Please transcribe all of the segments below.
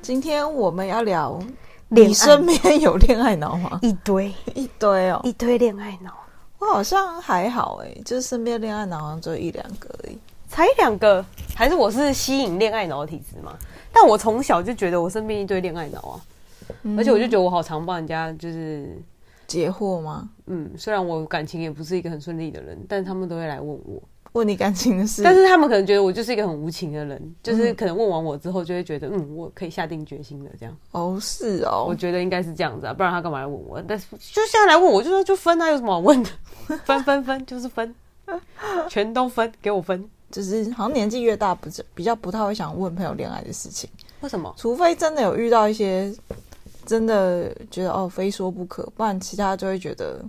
今天我们要聊，恋爱？你身边有恋爱脑吗 一堆一堆哦，一堆恋爱脑，我好像还好哎、就是身边恋爱脑好像就一两个而已。才两个，还是我是吸引恋爱脑的体质吗？但我从小就觉得我身边一堆恋爱脑啊，而且我就觉得我好常帮人家就是。截获吗？嗯，虽然我感情也不是一个很顺利的人，但他们都会来问我，问你感情的事，但是他们可能觉得我就是一个很无情的人，就是可能问完我之后就会觉得，嗯，我可以下定决心了这样。哦是我哦，觉得应该是这样子啊，不然他干嘛来问我？但是就现在来问我，就说就分啊，有什么好问的？分分分就是 分，全都分，给我分。就是好像年纪越大，不是比较不太会想问朋友恋爱的事情，为什么？除非真的有遇到一些真的觉得哦非说不可，不然其他就会觉得，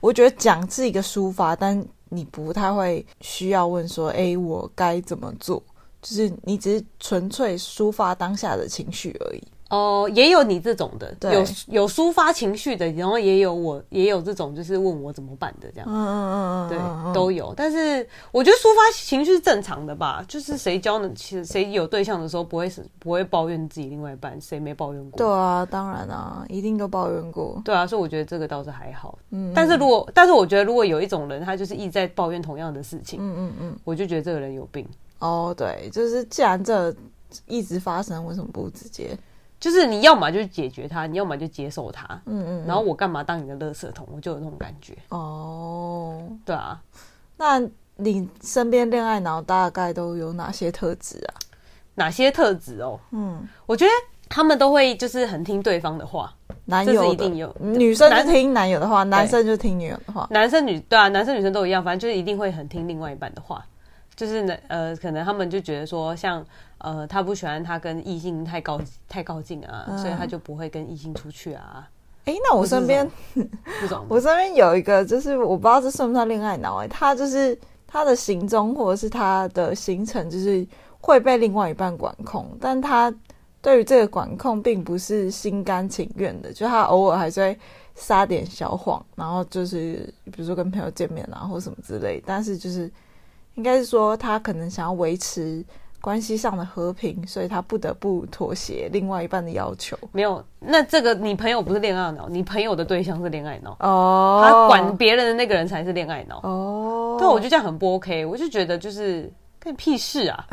我觉得讲是一个抒发，但你不太会需要问说，哎，我该怎么做？就是你只是纯粹抒发当下的情绪而已。哦、也有你这种的，对有有抒发情绪的，然后也有我，也有这种就是问我怎么办的这样。嗯嗯嗯嗯，对嗯，嗯都有。但是我觉得抒发情绪是正常的吧，就是谁交呢？其实谁有对象的时候不会是不会抱怨自己另外一半，谁没抱怨过？对啊，当然啊，一定都抱怨过。对啊，所以我觉得这个倒是还好。嗯，但是如果，但是我觉得如果有一种人，他就是一直在抱怨同样的事情，嗯嗯嗯，我就觉得这个人有病。哦，对，就是既然这一直发生，为什么不直接？就是你要么就解决他，你要么就接受他。嗯嗯，然后我干嘛当你的垃圾桶？我就有那种感觉。哦，对啊，那你身边恋爱脑大概都有哪些特质啊？哪些特质哦？嗯，我觉得他们都会就是很听对方的话，男这友是的一定有女生男就听男友的话，男生就听女友的话。男生女对啊，男生女生都一样，反正就是一定会很听另外一半的话。就是呢，呃，可能他们就觉得说像，呃，他不喜欢他跟异性太靠太靠近啊，嗯所以他就不会跟异性出去啊，哎、那我不是这身边种 这种 我身边有一个，就是我不知道这算不算恋爱脑哎、他就是他的行踪或者是他的行程，就是会被另外一半管控，但他对于这个管控并不是心甘情愿的，就他偶尔还是会撒点小谎，然后就是比如说跟朋友见面啊或什么之类，但是就是应该是说他可能想要维持。关系上的和平，所以他不得不妥协另外一半的要求。没有。那这个你朋友不是恋爱脑，你朋友的对象是恋爱脑，哦他管别人的那个人才是恋爱脑。哦，对，我觉得这样很不 OK，我就觉得就是干屁事 啊，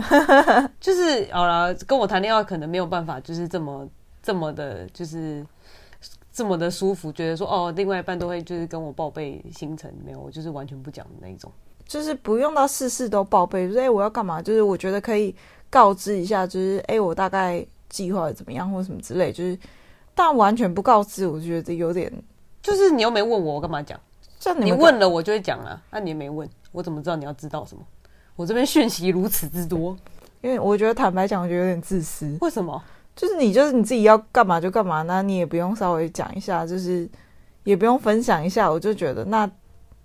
就是好了，跟我谈恋爱可能没有办法，就是这么这么的，就是这么的舒服，觉得说哦，另外一半都会就是跟我报备行程，没有，我就是完全不讲的那一种。就是不用到事事都报备，就是哎、我要干嘛，就是我觉得可以告知一下，就是哎、我大概计划怎么样或什么之类，就是但完全不告知，我觉得有点就是你又没问我，我干嘛讲？像你你们问了我就会讲啊，那你也没问，我怎么知道你要知道什么？我这边讯息如此之多，因为我觉得坦白讲，我觉得有点自私，为什么？就是你就是你自己要干嘛就干嘛，那你也不用稍微讲一下，就是也不用分享一下，我就觉得那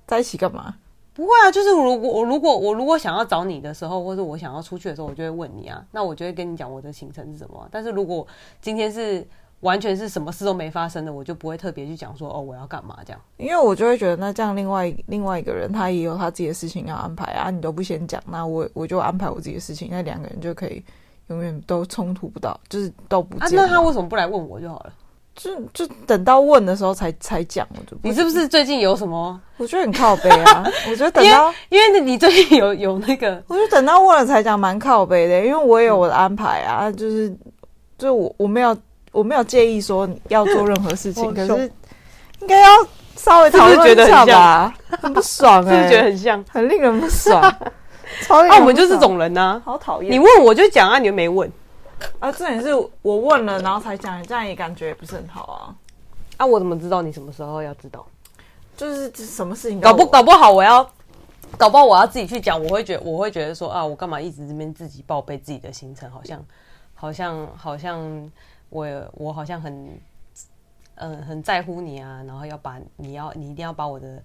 在一起干嘛？不会啊，就是如果我如果我如果想要找你的时候，或者我想要出去的时候，我就会问你啊。那我就会跟你讲我的行程是什么啊、但是如果今天是完全是什么事都没发生的，我就不会特别去讲说哦我要干嘛这样。因为我就会觉得，那这样另外另外一个人他也有他自己的事情要安排啊，你都不先讲，那我我就安排我自己的事情，那两个人就可以永远都冲突不到，就是都不啊，见那了、他为什么不来问我就好了？就就等到问的时候才才讲，我就不你是不是最近有什么？我觉得很靠背啊，我觉得等 到因为你最近有有那个我就等到问了才讲，蛮靠背的，因为我也有我的安排啊，就是哦就我我没有我没有介意说要做任何事情，好可凶是应该要稍微讨是不是觉论得一下很吧，很不爽 是不哎、是觉得很像？很令人不 爽，超令人不爽啊，我们就是这种人呐、好讨厌。你问我就讲啊，你又没问啊，重点是我问了，然后才讲，这样也感觉也不是很好啊。啊，我怎么知道你什么时候要知道？就是什么事情都搞不我搞不好我要，搞不好我要自己去讲，我会觉得我会觉得说啊，我干嘛一直这边自己报备自己的行程，好像好像好像我我好像很嗯、很在乎你啊，然后要把你要你一定要把我的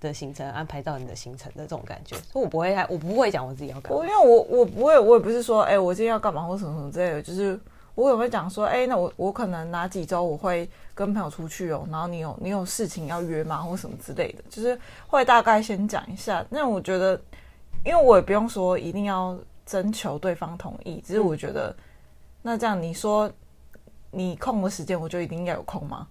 的行程安排到你的行程的这种感觉，所以我不会害我不会讲我自己要干嘛我因为我我不会，我也不是说，哎、我今天要干嘛或什么什么之类的，就是我也会讲说，哎、那我我可能哪几周我会跟朋友出去哦，然后你有你有事情要约吗，或什么之类的，就是会大概先讲一下。那我觉得，因为我也不用说一定要征求对方同意，只是我觉得，那这样你说你空的时间，我就一定要有空吗？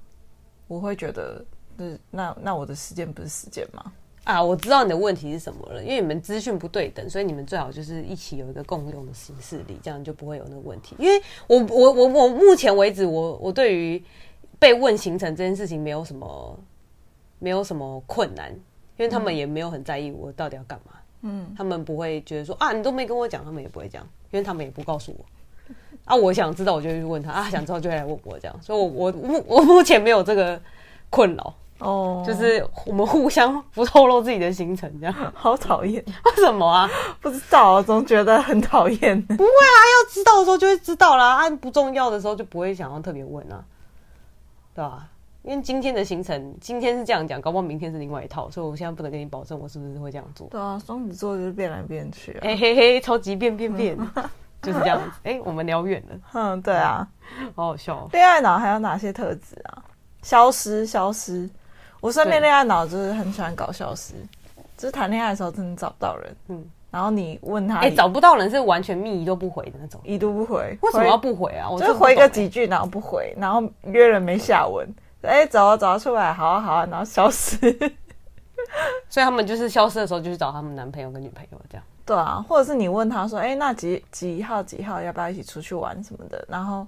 我会觉得，就是那那我的时间不是时间吗？啊。我知道你的问题是什么了，因为你们资讯不对等，所以你们最好就是一起有一个共用的行事历，这样就不会有那个问题。因为我我我我目前为止，我我对于被问行程这件事情没有什么没有什么困难，因为他们也没有很在意我到底要干嘛，嗯，他们不会觉得说啊你都没跟我讲，他们也不会讲，因为他们也不告诉我。啊，我想知道我就会去问他啊，想知道就会来问我这样，所以我我目我目前没有这个困扰。哦，就是我们互相不透露自己的行程，这样 好讨厌。为什么啊？不知道，我总觉得很讨 厌。要知道的时候就会知道啦，啊按、不重要的时候就不会想要特别问啊，对吧、因为今天的行程，今天是这样讲，搞不好明天是另外一套，所以我现在不能跟你保证我是不是会这样 做。对啊，双子座就是变来变去、啊。哎、嘿嘿，超级变变 变，就是这样子。哎、我们聊远了，嗯，对啊。好好笑、哦。恋爱脑还有哪些特质啊？消失，消失。我身边对恋爱脑就是很喜欢搞消失，就是谈恋爱的时候真的找不到人，嗯，然后你问他，哎、找不到人是完全密都不回的那种，已读不回，为什么要回？不回啊？我就真是的不回个懂几句，然后不回，然后约人没下文。哎、走啊走啊，出来，好啊好啊，然后消失。所以他们就是消失的时候就去找他们男朋友跟女朋友 这样。对啊，或者是你问他说，哎、那几几号几号要不要一起出去玩什么的，然后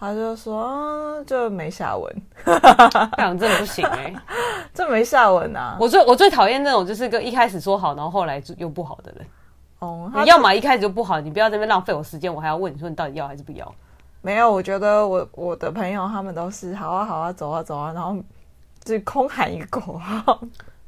他就说，嗯就没下文， 这样真的不行哎、这没下文啊。我最我最讨厌那种就是跟一开始说好，然后后来就又不好的人。哦，他你要么一开始就不好，你不要在那边浪费我时间，我还要问你说你到底要还是不要？没有，我觉得我我的朋友他们都是好啊好啊走啊走啊，然后就是空喊一个口号，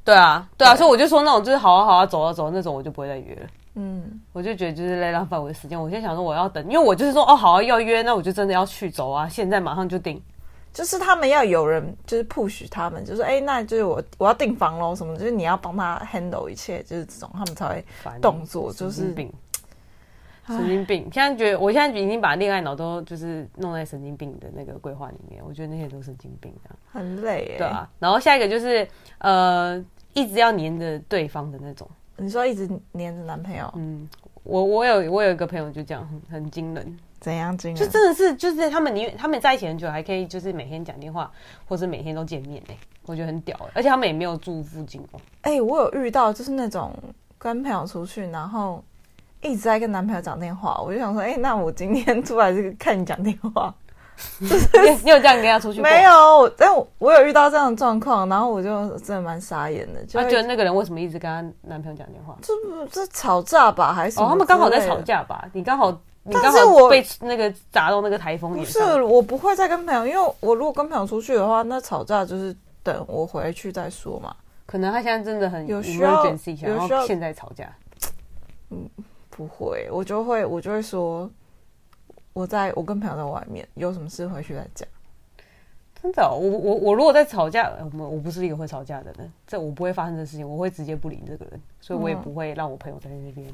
对啊，对啊，所以我就说那种就是好啊好啊走啊走啊那种，我就不会再约了。 嗯，我就觉得就是在浪费我的时间。我现在想说我要等，因为我就是说哦好、啊、要约，那我就真的要去走啊，现在马上就定。就是他们要有人就是 push 他们，就是哎、那就是我我要订房喽什么，就是你要帮他 handle 一切，就是这种他们才会烦动作就是神经病，神经病。现在觉得我现在已经把恋爱脑都就是弄在神经病的那个规划里面，我觉得那些都神经病这啊样。很累哎、对，啊，然后下一个就是呃，一直要黏着对方的那种。你说一直黏着男朋友，嗯，我我有我有一个朋友就这样，很很惊人，怎样经就营？真的是就是他们你他们在一起很久，还可以就是每天讲电话，或是每天都见面呢、欸我觉得很屌、而且他们也没有住附近 哦、哎、我有遇到就是那种跟朋友出去，然后一直在跟男朋友讲电话，我就想说，哎、那我今天出来是看你讲电话，你有你有这样跟他出去过没？有？我但我我有遇到这样的状况，然后我就真的蛮傻眼的，就他会觉啊得那个人为什么一直跟他男朋友讲电话？这不这吵架吧，还是什哦，么他们刚好在之类的吵。架吧？你刚好你但刚是好我被那个砸到那个台风不眼是上。，我不会再跟朋友，因为我如果跟朋友出去的话，那吵架就是等我回去再说嘛。可能他现在真的很有需要 emergency，想有需要要现在吵架。不会，我就会我就会说，我在我跟朋友在外面，有什么事回去再讲。真的哦、我我我如果在吵架，呃我们我不是一个会吵架的人，这我不会发生的事情，我会直接不理这个人，所以我也嗯不会让我朋友在那边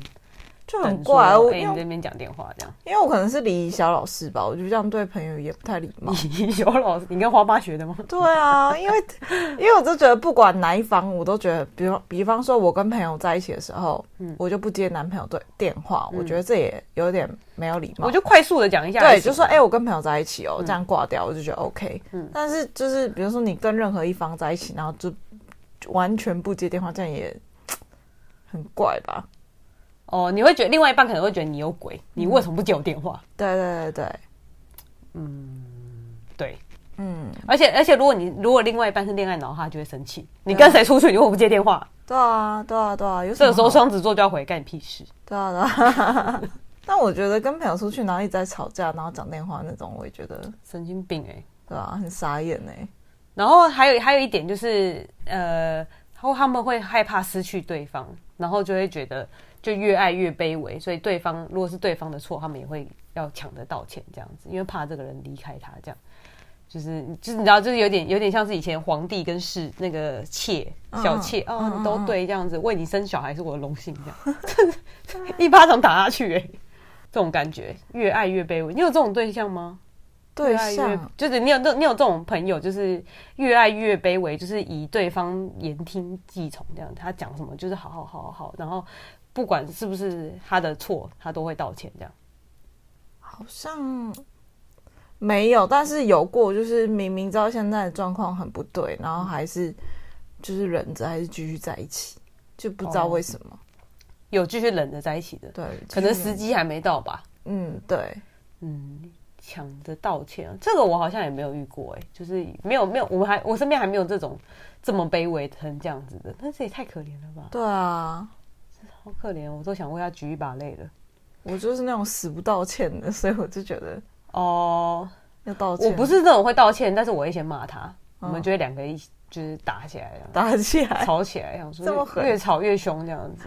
就等很说怪，啊我哎、因你为在那边讲电话这样。因为我可能是礼仪小老师吧，我觉得这样对朋友也不太礼貌。你 有老师，你跟花爸学的吗？对啊，因为 因为我就觉得不管哪一方，我都觉得，比方比方说，我跟朋友在一起的时候，嗯我就不接男朋友对电话，我觉得这也有点没有礼貌。我就快速的讲一下，对，就说哎、哎、我跟朋友在一起哦，这样挂掉，我就觉得 OK。嗯但是就是比如说你跟任何一方在一起，然后就就完全不接电话，这样也很怪吧？哦，你会觉得另外一半可能会觉得你有鬼，你为什么不接我电话？对对对对，对，嗯，而且而且，如果你如果另外一半是恋爱脑，他就会生气。你啊跟谁出去，你为什么不接电话？对啊，对啊，对啊，有什这么个时候好双子座就要回干你屁事。对啊，对啊。 但我觉得跟朋友出去，然后一直在吵架，然后讲电话那种，我也觉得神经病哎、对啊，很傻眼哎、然后还有还有一点就是，呃，然后他们会害怕失去对方，然后就会觉得就越爱越卑微，所以对方如果是对方的错，他们也会要抢着道歉这样子，因为怕这个人离开他这样。就是就是你知道，就是有点有点像是以前皇帝跟是那个妾小妾嗯哦，嗯你都对这样子，为你生小孩是我的荣幸这样，一巴掌打下去哎、这种感觉越爱越卑微。你有这种对象吗？对越爱越象就是你有这你有这种朋友，就是越爱越卑微，就是以对方言听计从这样，他讲什么就是好好好好好，然后不管是不是他的错，他都会道歉这样。好像没有，但是有过，就是明明知道现在的状况很不对，然后还是就是忍着，还是继续在一起，就不知道哦为什么。有继续冷着在一起的，对，可能就是时机还没到吧。嗯，对，嗯，抢着道歉、啊这个我好像也没有遇过哎、就是没有没有，我们还我身边还没有这种这么卑微成这样子的，但是也太可怜了吧，对啊，好可怜、哦，我都想为他举一把泪了。我就是那种死不道歉的，所以我就觉得哦、要道歉。我不是那种会道歉，但是我会先骂他，嗯我们就会两个一起就是打起来，然打起后 来，吵起来，想这么说狠越吵越凶这样子。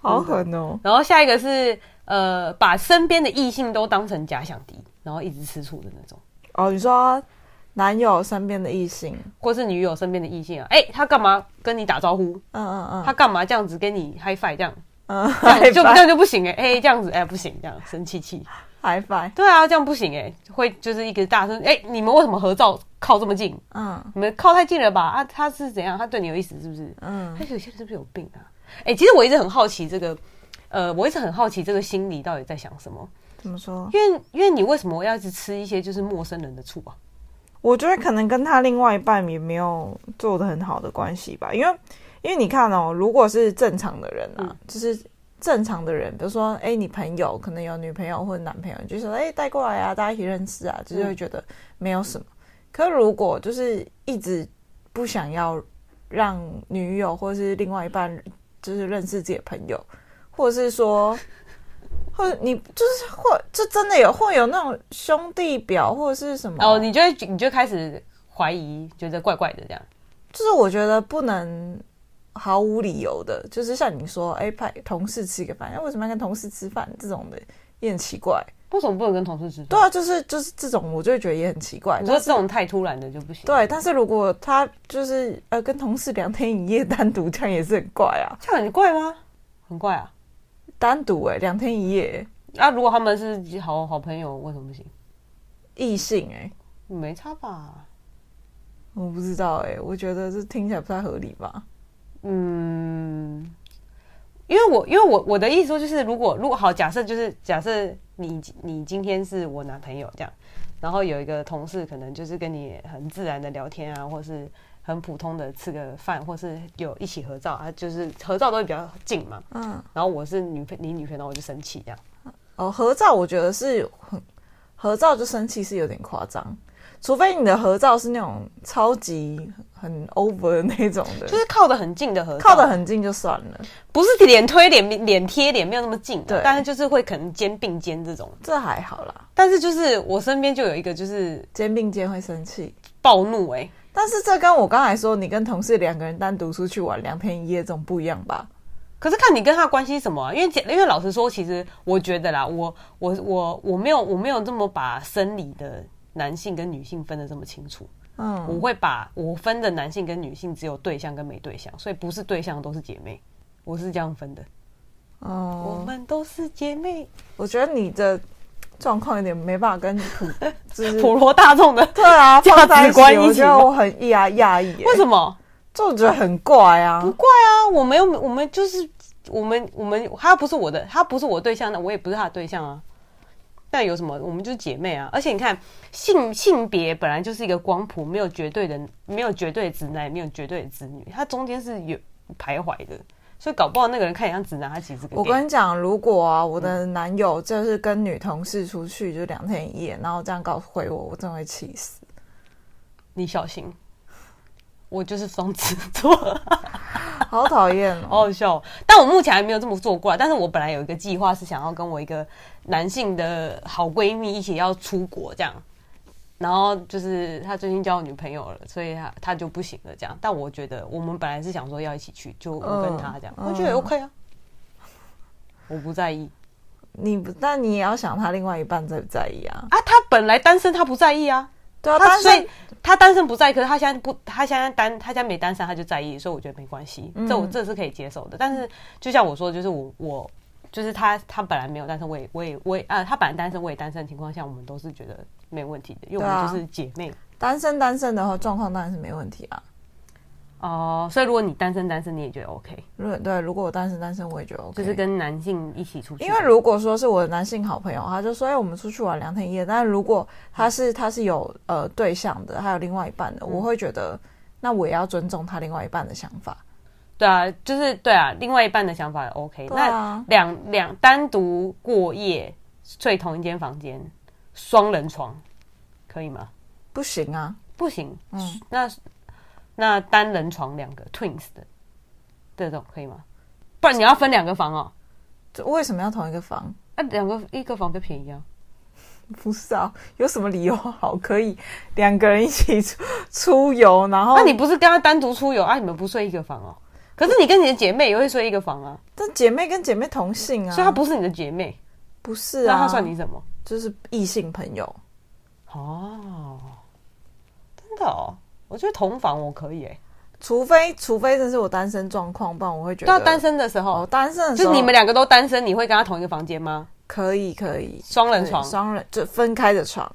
好狠哦！然后下一个是呃，把身边的异性都当成假想敌，然后一直吃醋的那种，哦，你说男友身边的异性，或是女友身边的异性啊，哎、他干嘛跟你打招呼？嗯嗯嗯，他干嘛这样子跟你 high five 这样？嗯，这样 嗨就这翻样就不行哎、哎、这样子哎、不行，这样生气气。嗨翻，对啊，这样不行哎、会就是一个大声哎、你们为什么合照靠这么近？嗯你们靠太近了吧？啊，他是怎样？他对你有意思是不是？嗯他有些人是不是有病啊？哎、其实我一直很好奇这个，呃，我一直很好奇这个心理到底在想什么。怎么说？因为因为你为什么要一直吃一些就是陌生人的醋啊？我觉得可能跟他另外一半也没有做的很好的关系吧，因为因为你看哦，如果是正常的人啊，嗯就是正常的人，比如说哎，你朋友可能有女朋友或者男朋友，你就说哎带过来啊，大家一起认识啊，就是会觉得没有什么。可如果就是一直不想要让女友或是另外一半就是认识自己的朋友，或者是说，或者你就是或就真的有会有那种兄弟表或者是什么啊哦，你就会你就会开始怀疑，觉得怪怪的这样。就是我觉得不能毫无理由的，就是像你说，哎、派同事吃个饭，那为什么要跟同事吃饭？这种的也很奇怪。为什么不能跟同事吃对饭？啊，就是就是这种，我就会觉得也很奇怪。你但说是这种太突然的就不行。对，但是如果他就是呃跟同事两天一夜单独，这样也是很怪啊。这样很怪吗？很怪啊！单独哎、两天一夜，啊，如果他们是好好朋友，为什么不行？异性哎、没差吧？我不知道哎、我觉得这听起来不太合理吧？嗯，因为我因为我我的意思说就是，如果如果好，假设就是假设你你今天是我男朋友这样，然后有一个同事可能就是跟你很自然的聊天啊，或是很普通的吃个饭，或是有一起合照啊，就是合照都会比较近嘛。嗯，然后我是女朋你女朋友，我就生气这样。哦，合照我觉得是很合照就生气是有点夸张，除非你的合照是那种超级很 over 的那种的，就是靠得很近的合照，嗯靠得很近就算了，不是脸推脸脸贴脸没有那么近、啊，对但是就是会可能肩并肩这种。这还好啦。但是就是我身边就有一个就是肩并肩会生气，暴怒哎、但是这跟我刚才说你跟同事两个人单独出去玩两天一夜这种不一样吧？可是看你跟他关系什么、啊，因为姐因为老实说，其实我觉得啦，我我我我没有我没有这么把生理的男性跟女性分得这么清楚，我嗯，会把我分的男性跟女性只有对象跟没对象，所以不是对象都是姐妹，我是这样分的，我哦、们都是姐妹，我觉得你的状况有点没办法跟 普，就是普罗大众的， 对啊，价放在一值起，观一我起觉得吗我很压压抑耶，为什么？欸就我觉得很怪啊不。怪啊，我没有我们就是我们我们他不是我的，他不是我对象，那我也不是他的对象啊。那有什么？我们就是姐妹啊！而且你看，性性别本来就是一个光谱，没有绝对的，没有绝对的直男，也没有绝对的直女，它中间是有徘徊的。所以搞不好那个人看起来像直男，他其实是个我 gay 跟你讲，如果啊，我的嗯男友 就是跟女同事出去就两天一夜，然后这样告回我，我真的会气死。你小心，我就是双子座，好讨厌好哦。好笑哦。但我目前还没有这么做过啊，但是我本来有一个计划是想要跟我一个男性的好闺蜜一起要出国这样，然后就是他最近交女朋友了，所以他他就不行了这样。但我觉得我们本来是想说要一起去，就我跟他这样，嗯我觉得也嗯 OK 啊，我不在意你不，但你也要想他另外一半在不在意啊？啊。他本来单身，他不在意啊。对啊，他但所以是他单身不在意，可是他现在不，他现在单，他现在没单身，他就在意，所以我觉得没关系，这我嗯这是可以接受的。但是就像我说的，就是我我就是他，他本来没有单身，我也我也我也啊，他本来单身，我也单身的情况下，我们都是觉得没问题的，因为我对们啊就是姐妹单身单身的话，状况当然是没问题啊。哦、所以如果你单身单身，你也觉得 OK，如果对，啊如果我单身单身，我也觉得 OK。就是跟男性一起出去，因为如果说是我的男性好朋友，他就说：“哎、我们出去玩两天一夜。”但如果他是嗯他是有呃对象的，还有另外一半的，我会觉得那我也要尊重他另外一半的想法。对啊，就是对啊，另外一半的想法也 OK，、对那啊，两两单独过夜睡同一间房间，双人床可以吗？不行啊，不行，嗯那那单人床两个 twins 的这种可以吗？不然你要分两个房哦，这为什么要同一个房？那、两个一个房比较便宜啊。不是啊，有什么理由好可以两个人一起出出游？然后那、啊你不是跟他单独出游啊？你们不睡一个房哦？可是你跟你的姐妹也会睡一个房啊，但姐妹跟姐妹同性啊，所以她不是你的姐妹，不是那啊，她算你什么？就是异性朋友。哦，真的哦，我觉得同房我可以哎、除非除非这是我单身状况，不然我会觉就要得啊单身的时候，哦单身的时就候你们两个都单身，你会跟他同一个房间吗？可以可以双人床对双人就分开的床，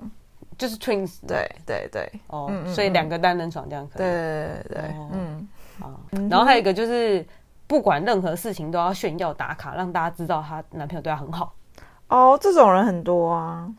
就是 twins 对对对哦，嗯嗯所以两个单人床这样可以。对对对对哦，嗯，啊，然后还有一个就是，不管任何事情都要炫耀打卡，让大家知道她男朋友对她很好。哦，这种人很多啊，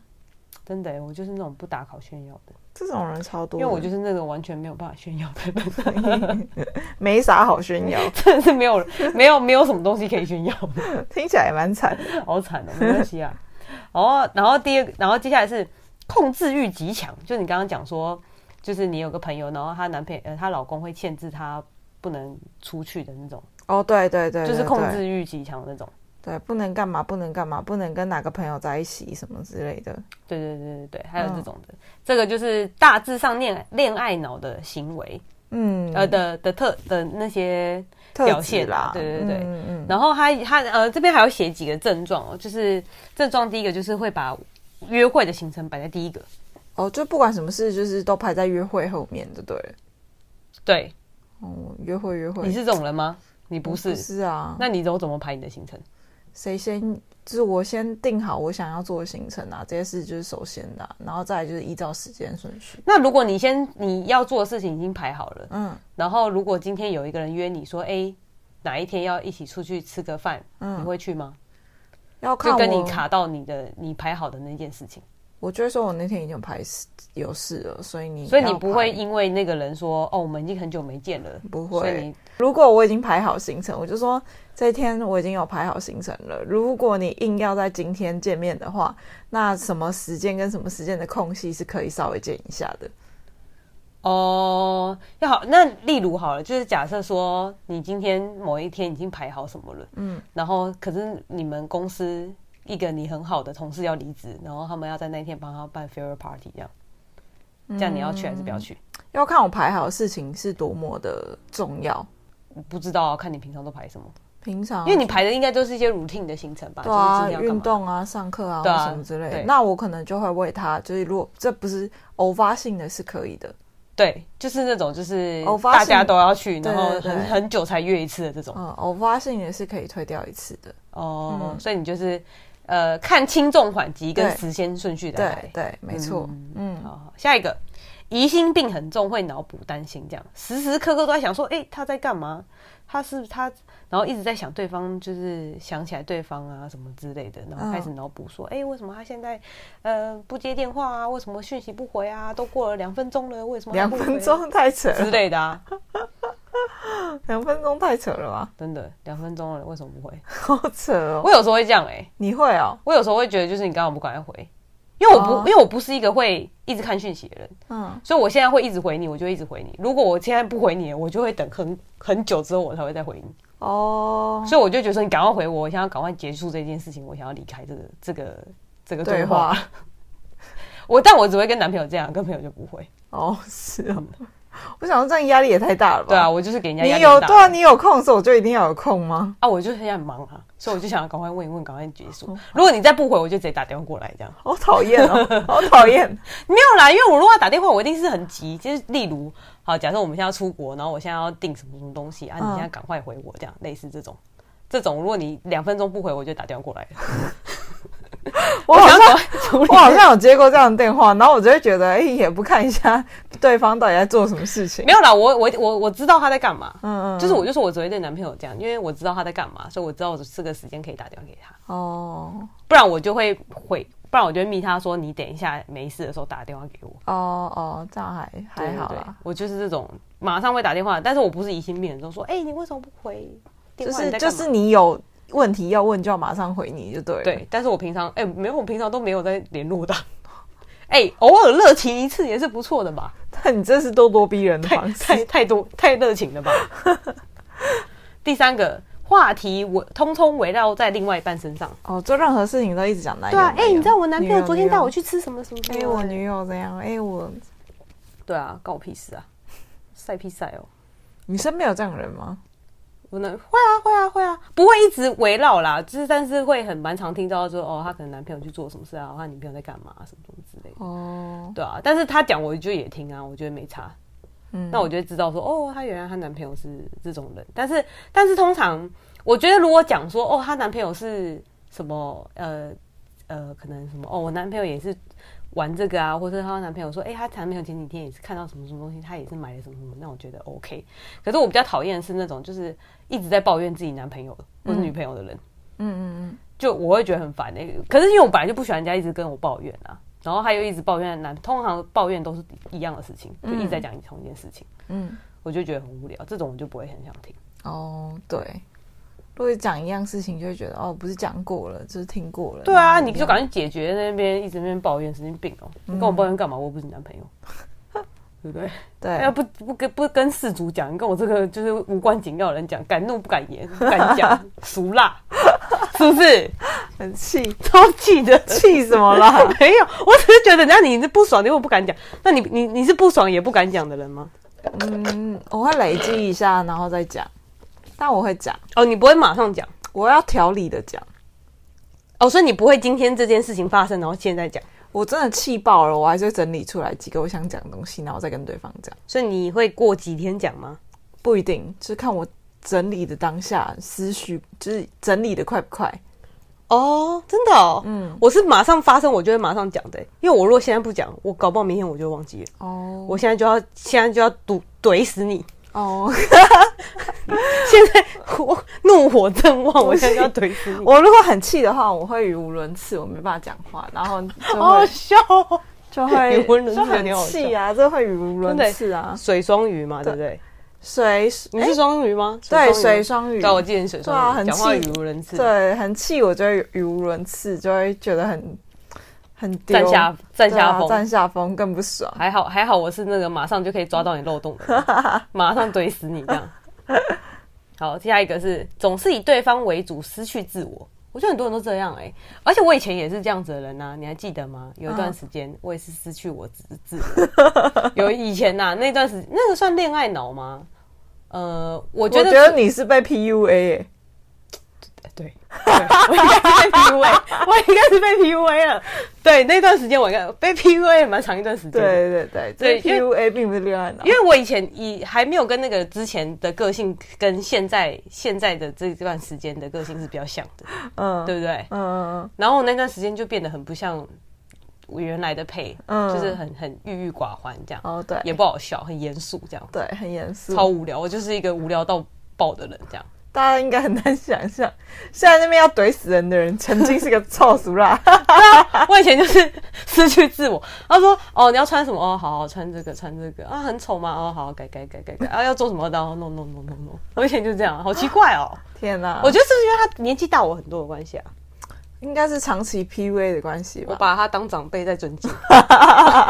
真的耶，我就是那种不打卡炫耀的，这种人超多因的，为我就是那个完全没有办法炫耀的人， 没啥好炫耀，真的是没有没有没有什么东西可以炫耀的，听起来也蛮惨的。好惨哦、没关系啊。 然后，然后第二个，然后接下来是控制欲极强，就你刚刚讲说，就是你有个朋友，然后她男朋友呃她老公会限制她不能出去的那种，哦，对对对，就是对控，对制欲极强的那种。对，不能干嘛，不能干嘛，不能跟哪个朋友在一起什么之类的。对对对对对，还有这嗯种的，这个就是大致上恋恋爱脑的行为，嗯，呃的的特的那些。特表质现啦啦，对对对嗯嗯嗯，然后他他呃这边还有写几个症状哦，就是症状第一个就是会把约会的行程摆在第一个，哦，就不管什么事，就是都排在约会后面就对了。对，哦，约会约会，你是这种人吗？你不是，不是啊？那你都怎么排你的行程？谁先就是我先定好我想要做的行程啊，这些事就是首先的啊、然后再来就是依照时间顺序。那如果你先你要做的事情已经排好了，嗯然后如果今天有一个人约你说，哎，哪一天要一起出去吃个饭，你嗯，会去吗？要看就我跟你卡到你的你排好的那件事情。我就会说我那天已经有排事有事了，所以你所以你要不会排因为那个人说哦，我们已经很久没见了，不所以会。你如果我已经排好行程，我就说这一天我已经有排好行程了。如果你硬要在今天见面的话，那什么时间跟什么时间的空隙是可以稍微见一下的。哦要好。那例如好了，就是假设说你今天某一天已经排好什么了，嗯，然后可是你们公司一个你很好的同事要离职，然后他们要在那天帮他办 farewell party 这样，这嗯样你要去还是不要去？要看我排好的事情是多么的重要。我不知道啊、看你平常都排什么，平常啊因为你排的应该都是一些 routine 的行程吧，对啊，就是今天要干运嘛。动啊，上课啊，对啊或什么之类的对。那我可能就会为他，就是如果这不是偶发性的，是可以的。对，就是那种就是偶发大性家都要去，对然后对对很很久才约一次的这种。嗯，偶发性的是可以推掉一次的。哦，嗯所以你就是呃看轻重缓急跟对时间顺序来对排。对，没错。嗯，好好，下一个疑心病很重，会脑补担心，这样时时刻刻都在想说，哎、他在干嘛？他是他，然后一直在想对方，就是想起来对方啊什么之类的，然嗯后开始脑补说，哎、为什么他现在呃不接电话啊？为什么讯息不回啊？都过了两分钟了，为什么他两不回啊分钟太扯之了，类的啊？两分钟太扯了吧？真的两分钟了，为什么不回？好扯哦！我有时候会这样哎、诶你会哦？我有时候会觉得，就是你刚刚不赶快回，因为我不、哦因为我不是一个会一直看讯息的人，嗯，所以我现在会一直回你，我就会一直回你。如果我现在不回你，我就会等很很久之后我才会再回你。哦，所以我就觉得说，你赶快回我，我想要赶快结束这件事情，我想要离开这个这个这个对对话。话，我但我只会跟男朋友这样，跟朋友就不会。哦，是哦，我想说这样压力也太大了吧？对啊，，我就是给人家压你力很有大对啊，你有空的时候我就一定要有空吗？啊，我就现在很忙啊，所以我就想要赶快问一问，赶快结束。哦如果你再不回，我就直接打电话过来这样。好讨厌 哦，好讨厌，没有啦，因为我如果要打电话，我一定是很急，就是例如，好，假设我们现在要出国，然后我现在要订什么什么东西啊，你嗯现在赶快回我这样，类似这种。这种，如果你两分钟不回，我就打电话过来了。我好像想要赶快处理我好像有接过这样的电话，然后我就会觉得，哎、也不看一下对方到底在做什么事情没。有啦，我我我我知道他在干嘛，嗯嗯，就是我就说我只会对男朋友这样，因为我知道他在干嘛，所以我知道我这个时间可以打电话给他，哦不然我就会回，不然我就会密他说你等一下没事的时候打电话给我。哦哦，这样还还好对对对啦。我就是这种马上会打电话，但是我不是疑心病人，都说哎、你为什么不回电就话？你是在就干嘛是你有问题要问，就要马上回你就对了。对，但是我平常哎、没有，我平常都没有在联络的。哎、偶尔热情一次也是不错的吧？但 你这是咄咄逼人的太方太式。太多太热情了吧？第三个话题我通通围绕在另外一半身上。哦，做任何事情都一直讲男友。对啊，哎、男友你知道我男朋友昨天带我女去吃什么什么什友么？哎、我女友怎样？哎、我对啊，关我屁事啊，晒屁晒哦。你身边有这样的人吗？我能会啊会啊会啊，不会一直围绕啦，就是但是会很蛮常听到说哦，她可能男朋友去做什么事啊，她女朋友在干嘛、什么什么之类的。哦，对啊，但是她讲我就也听啊，我觉得没差。嗯，那我就会知道说，哦，她原来她男朋友是这种人。但是，但是通常我觉得，如果讲说，哦，她男朋友是什么，呃呃，可能什么，哦，我男朋友也是玩这个啊，或者她男朋友说，哎、她男朋友前几天也是看到什么什么东西，她也是买了什么什么，那我觉得 OK。可是我比较讨厌的是那种就是一直在抱怨自己男朋友或者女朋友的人，嗯嗯就我会觉得很烦的、可是因为我本来就不喜欢人家一直跟我抱怨啊，然后她又一直抱怨男，通常抱怨都是一样的事情，就一直在讲同一件事情。嗯我就觉得很无聊，这种我就不会很想听。嗯，哦，对。如果讲一样事情，就会觉得哦，不是讲过了，就是听过了。对啊，然后你就赶紧解决在那边一直在那边抱怨，神经病哦、你跟我抱怨干嘛？我又不是你男 朋友，对不对？对，要不不跟不跟事主讲，你跟我这个就是无关紧要的人讲，敢怒不敢言，不敢 讲，俗辣，是不是？很气，超气的。 气什么啦？ 没有，我只是觉得，那你是不爽，你又不敢讲，那你你你是不爽也不敢讲的人吗？嗯，我会累积一下，然后再讲。但我会讲，哦，你不会马上讲，我要条理的讲。哦，所以你不会今天这件事情发生，然后现在讲，我真的气爆了，我还是会整理出来几个我想讲的东西，然后再跟对方讲。所以你会过几天讲吗？不一定，就是看我整理的当下思绪，就是整理的快不快。哦，真的哦，嗯我是马上发生，我就会马上讲的欸，因为我如果现在不讲，我搞不好明天我就忘记了，哦，我现在就要现在就要堵怼死你， 哦，现在我怒火正哦旺，我现在就要怼死你， 我如果很气的话，我会语无伦次，我没办法讲话，然后就好好会笑哦，就会语无伦次就有点好很笑气啊，这会语无伦次啊。水双鱼嘛，对不对？水你是双鱼吗？对双鱼水双鱼对，我记得你水对啊双鱼，很讲话气语无伦次，对，很气，我就会语无伦次，就会觉得很很丢占下占下对啊占风。下风更不爽。还好还好，我是那个马上就可以抓到你漏洞的人，马上怼死你这样。好，下一个是总是以对方为主，失去自我。我觉得很多人都这样哎、而且我以前也是这样子的人呐、你还记得吗？有一段时间我也是失去我自自我。有以前呐、那段时那个算恋爱脑吗？呃，我我觉觉得得你是被 PUA，、欸、对，对我应该是被 PUA，我应该是被 PUA 了。对，那段时间我应该被 PUA 也蛮长一段时间的。对对对，对这 PUA 并不是恋爱脑因，为我以前以还没有跟那个之前的个性跟现在现在的这段时间的个性是比较像的，嗯对不对？嗯嗯然后我那段时间就变得很不像我原来的配，嗯就是很很郁郁寡欢这样，哦对也不好笑，很严肃这样，对，很严肃超，无聊。我就是一个无聊到爆的人这样。大家应该很难想象，现在那边要怼死人的人，曾经是个臭俗啦，我以前就是 失去自我。他说：“哦，你要穿什么？哦，好好穿这个，穿这个啊，很丑吗？哦，好，改改改改改啊，要做什么？然后 no no no no no。我以前就这样，好奇怪哦。天哪、我觉得是不是因为他年纪大我很多的关系啊？应该是长期 PUA 的关系我吧？把他当长辈在尊 敬，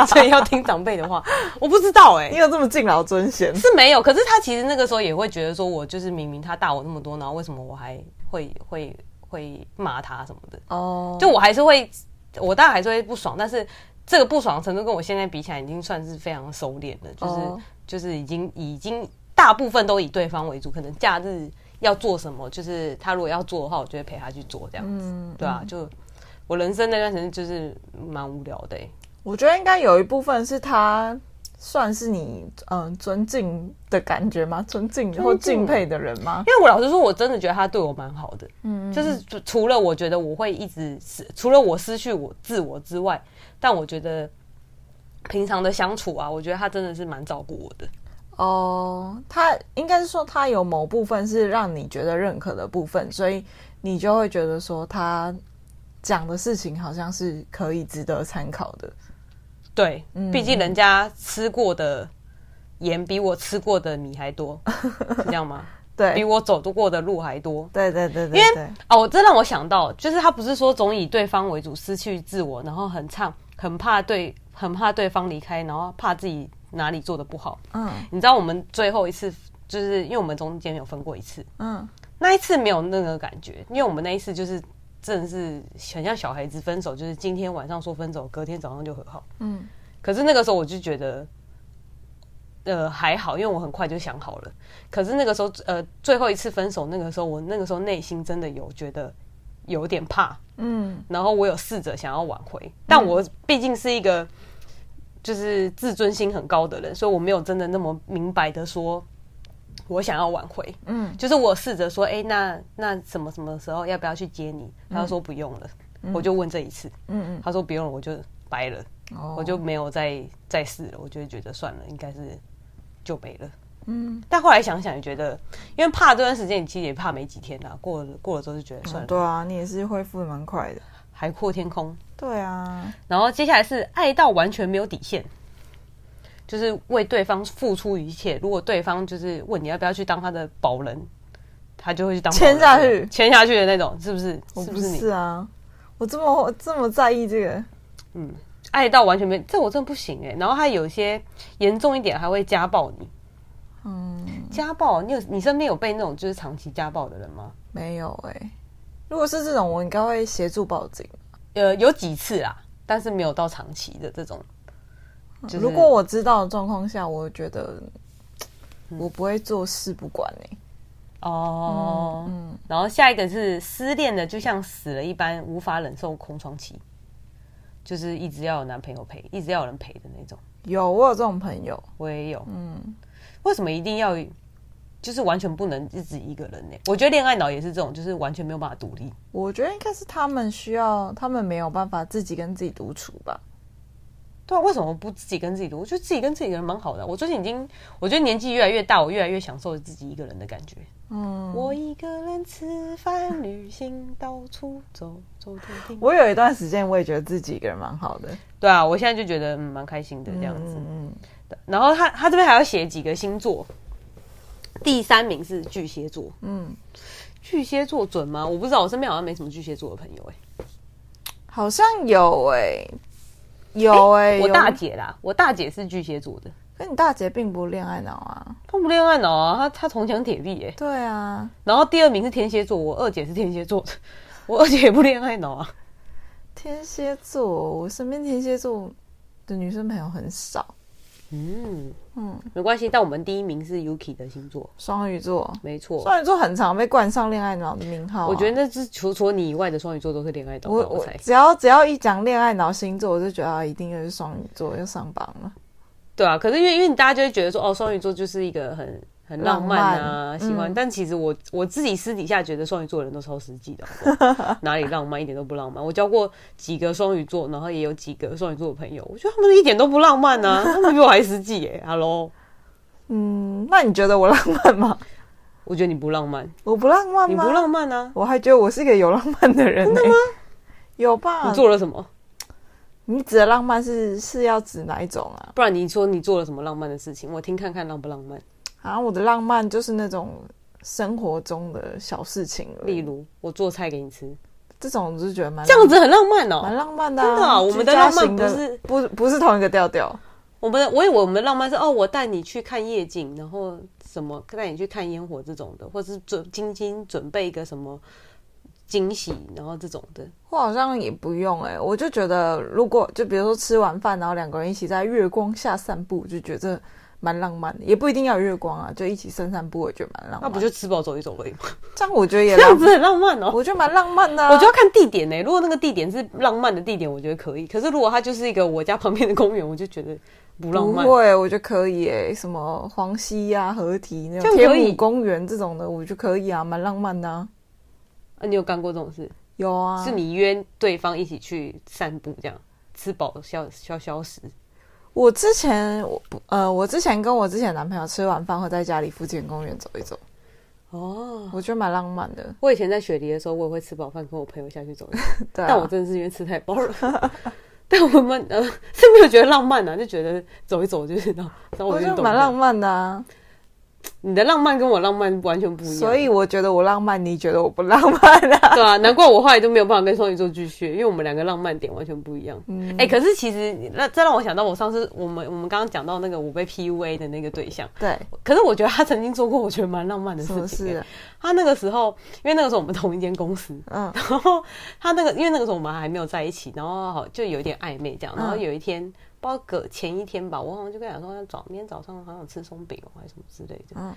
所以要听长辈的话。我不知道哎、你有这么敬老尊贤？是没有。可是他其实那个时候也会觉得说，我就是明明他大我那么多，然后为什么我还会会会骂他什么的？哦，就我还是会，我当然还是会不爽，但是这个不爽的程度跟我现在比起来，已经算是非常收敛了，就是、哦就是已经已经大部分都以对方为主，可能假日要做什么，就是他如果要做的话，我就会陪他去做这样子，嗯，对啊，就我人生那段时间就是蛮无聊的、欸，我觉得应该有一部分是他算是你嗯尊敬的感觉吗？尊敬或敬佩的人吗？因为我老实说，我真的觉得他对我蛮好的，嗯，就是除除了我觉得我会一直失，除了我失去我自我之外，但我觉得平常的相处啊，我觉得他真的是蛮照顾我的。哦，他应该是说他有某部分是让你觉得认可的部分，所以你就会觉得说他讲的事情好像是可以值得参考的。对，嗯毕竟人家吃过的盐比我吃过的米 还多，是这样吗？比对，我走过的路还多。对对对因对对，哦，这让我想到，就是他不是说总以对方为主，失去自我，然后很唱，很怕对，很怕对方离开，然后怕自己哪里做的不好。嗯你知道我们最后一次，就是因为我们中间有分过一次，嗯那一次没有那个感觉，因为我们那一次就是真的是很像小孩子分手，就是今天晚上说分手，隔天早上就和好。嗯，可是那个时候我就觉得，呃，还好，因为我很快就想好了。可是那个时候，呃，最后一次分手那个时候，我那个时候内心真的有觉得有点怕，嗯然后我有试着想要挽回，但我毕竟是一个就是自尊心很高的人，所以我没有真的那么明白的说。我想要挽回，嗯就是我试着说，哎、那那什么什么时候要不要去接你？他就说不用了，我就问这一次，嗯他说不用了，我就掰了。嗯，哦我就没有再再试了，我就觉得算了，应该是就没了。嗯，但后来想想也觉得，因为怕这段时间，你其实也怕没几天啦、过了过了之后就觉得算了，对啊，你也是恢复的蛮快的。海阔天空。对啊，然后接下来是爱到完全没有底线，就是为对方付出一切。如果对方就是问你要不要去当他的保人，他就会去当保人签下去签下去的那种，是不是？我是不不是你？是啊，我这么这么在意这个，嗯，爱到完全没，这我真的不行哎、然后还有一些严重一点，还会家暴你。嗯，家暴，你有你身边有被那种就是长期家暴的人吗？没有哎、如果是这种，我应该会协助报警。呃，有几次啦，但是没有到长期的这种。就是如果我知道的状况下，我觉得我不会坐视不管哎、哦，嗯，然后下一个是失恋的，就像死了一般，无法忍受空窗期，就是一直要有男朋友陪，一直要有人陪的那种。有我有这种朋友，我也有，嗯，为什么一定要就是完全不能一直一个人呢、我觉得恋爱脑也是这种，就是完全没有办法独立。我觉得应该是他们需要，他们没有办法自己跟自己独处吧。对啊，为什么不自己跟自己读？我觉得自己跟自己一个人蛮好的啊。我最近已经，我觉得年纪越来越大，我越来越享受自己一个人的感觉。嗯，我一个人吃饭、旅行、到处走走停停。我有一段时间我也觉得自己一个人蛮好的，对啊，我现在就觉得嗯蛮开心的这样子。嗯然后他他这边还要写几个星座，第三名是巨蟹座。嗯，巨蟹座准吗？我不知道，我身边好像没什么巨蟹座的朋友哎、好像有哎、有哎、我有大，姐啦，我大姐是巨蟹座的，跟你大姐并不恋爱脑啊。她不恋爱脑啊，她她铜墙铁壁哎、对啊，然后第二名是天蝎座，我二姐是天蝎座的， 我二姐也不恋爱脑啊。天蝎座，我身边天蝎座的女生朋友很少。嗯，嗯，没关系，但我们第一名是 Yuki 的星座，双鱼座，没错。双鱼座很常被冠上恋爱脑的名号啊、我觉得那是除除了你以外的双鱼座都是恋爱脑，我我我猜。只要只要一讲恋爱脑星座，我就觉得啊，一定又是双鱼座又上榜了。对啊，可是因为因为大家就会觉得说，哦，双鱼座就是一个很很浪漫啊，浪漫喜欢。嗯但其实我我自己私底下觉得双鱼座的人都超实际的，好不 好哪里浪漫一点都不浪漫。我交过几个双鱼座，然后也有几个双鱼座的朋友，我觉得他们一点都不浪漫啊，他们比我还实际耶、Hello，嗯，那你觉得我浪漫吗？我觉得你不浪漫，我不浪漫你吗？不浪漫啊，我还觉得我是一个有浪漫的人、呢。欸有吧你？做了什么？你指的浪漫是是要指哪一种啊？不然你说你做了什么浪漫的事情，我听看看浪不浪漫。啊，我的浪漫就是那种生活中的小事情而已，例如，我做菜给你吃，这种我就觉得蛮这样子很浪漫哦、蛮浪漫的、啊，真的啊、我们的居家浪漫型不的是不不是同一个调调，我们的，我以为我们的浪漫是哦，我带你去看夜景，然后什么带你去看烟火这种的，或者是准精心准备一个什么惊喜，然后这种的。我好像也不用哎、我就觉得如果就比如说吃完饭，然后两个人一起在月光下散步，就觉得蛮浪漫的，也不一定要有月光啊，就一起散散步，我觉得蛮浪那漫。不就吃饱走一走而已吗？这样？我觉得也这样浪，子很浪漫哦、我觉得蛮浪漫的、啊。我就要看地点呢、如果那个地点是浪漫的地点，我觉得可以。可是如果它就是一个我家旁边的公园，我就觉得不浪不漫。会，我觉得可以诶、什么黄溪呀、河堤那这种样可以天母公园这种的，我觉得可以啊，蛮浪漫的、啊。啊，你有干过这种事？有啊，是你约对方一起去散步，这样吃饱消消消食。我之前我不呃，我之前跟我之前男朋友吃完饭会在家里附近公园走一走，哦，我觉得蛮浪漫的。我以前在雪梨的时候，我也会吃饱饭跟我朋友下去走一走 对、啊，但我真的是因为吃太饱了。 但我们呃是没有觉得浪漫啊，就觉得走一走就是然后然后我我觉就得懂蛮了浪漫的啊。你的浪漫跟我浪漫完全不一样，所以我觉得我浪漫，你觉得我不浪漫 啊？对啊，难怪我后来都没有办法跟双鱼座继续，因为我们两个浪漫点完全不一样。 哎、嗯可是其实那这让我想到我上次我们我们刚刚讲到那个我被 PUA 的那个对象，对，可是我觉得他曾经做过我觉得蛮浪漫的事什么情、事欸啊？他那个时候，因为那个时候我们同一间公司， 嗯然后他那个，因为那个时候我们还没有在一起，然后好就有一点暧昧这样。嗯然后有一天，不知道隔前一天吧，我好像就跟他讲说，早明天早上好想吃松饼哦，还是什么之类的。嗯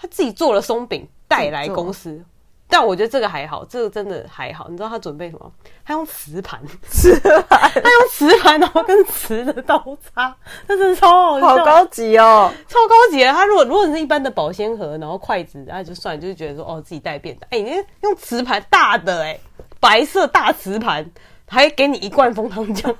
他自己做了松饼带来自己做公司，但我觉得这个还好，这个真的还好。你知道他准备什么？他用瓷盘， 是吧？他用瓷盘，然后跟瓷的刀叉， 这真的超好笑，好高级哦。超高级啊的。他如果如果你是一般的保鲜盒，然后筷子，那就算，就是觉得说哦自己带便当。哎、你用瓷盘大的哎、白色大瓷盘，还给你一罐枫糖浆，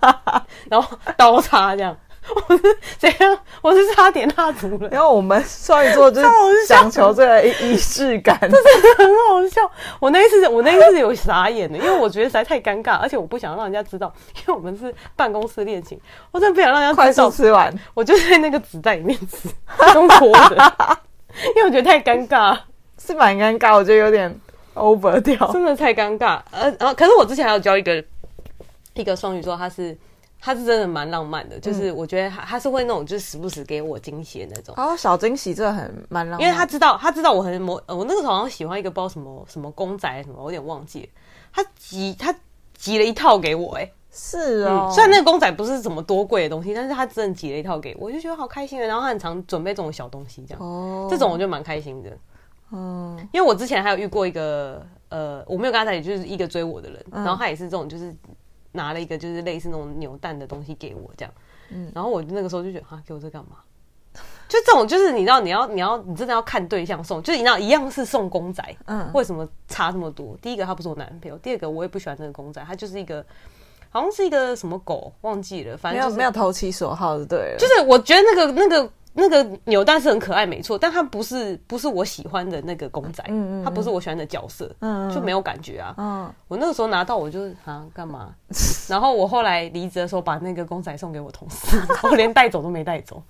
然后刀叉这样。 我是怎样？我是差点蜡烛了，因为我们双鱼座就超好是笑讲求这个仪式感，很好笑。我那一次，我那一次有傻眼的，因为我觉得实在太尴尬，而且我不想让人家知道，因为我们是办公室恋情，我真的不想让人家快知道速。吃完。我就在那个纸袋里面吃， 用活的，因为我觉得太尴尬。是蛮尴尬，我觉得有点 over 掉。真的太尴尬。呃，然后可是我之前还有教一个一个双鱼座，他是他是真的蛮浪漫的，嗯就是我觉得他他是会那种就是时不时给我惊喜的那种。然后哦小惊喜这很蛮浪漫，因为他知道，他知道我很某，呃我那个时候好像喜欢一个不知道什么什么公仔还是什么，我有点忘记了。他集他集了一套给我、哎、是嗯哦，虽然那个公仔不是什么多贵的东西，但是他真的集了一套给我，我就觉得好开心啊。然后他很常准备这种小东西，这样，哦这种我就蛮开心的。嗯因为我之前还有遇过一个呃，我没有跟他在一起，就是一个追我的人，嗯然后他也是这种，就是拿了一个就是类似那种扭蛋的东西给我这样，嗯然后我那个时候就觉得啊，给我这干嘛？就这种，就是你知道，你要你要你真的要看对象送，就是你知道一样是送公仔，嗯，为什么差这么多？第一个他不是我男朋友，第二个我也不喜欢那个公仔，他就是一个好像是一个什么狗，忘记了，反没正就有是没有投其所好就对了，就是我觉得那个那个那个扭蛋是很可爱，没错，但它不是不是我喜欢的那个公仔，嗯嗯嗯它不是我喜欢的角色，嗯就没有感觉啊。嗯我那个时候拿到，我就啊干 嘛？然后我后来离职的时候，把那个公仔送给我同事， 我连带走都没带走。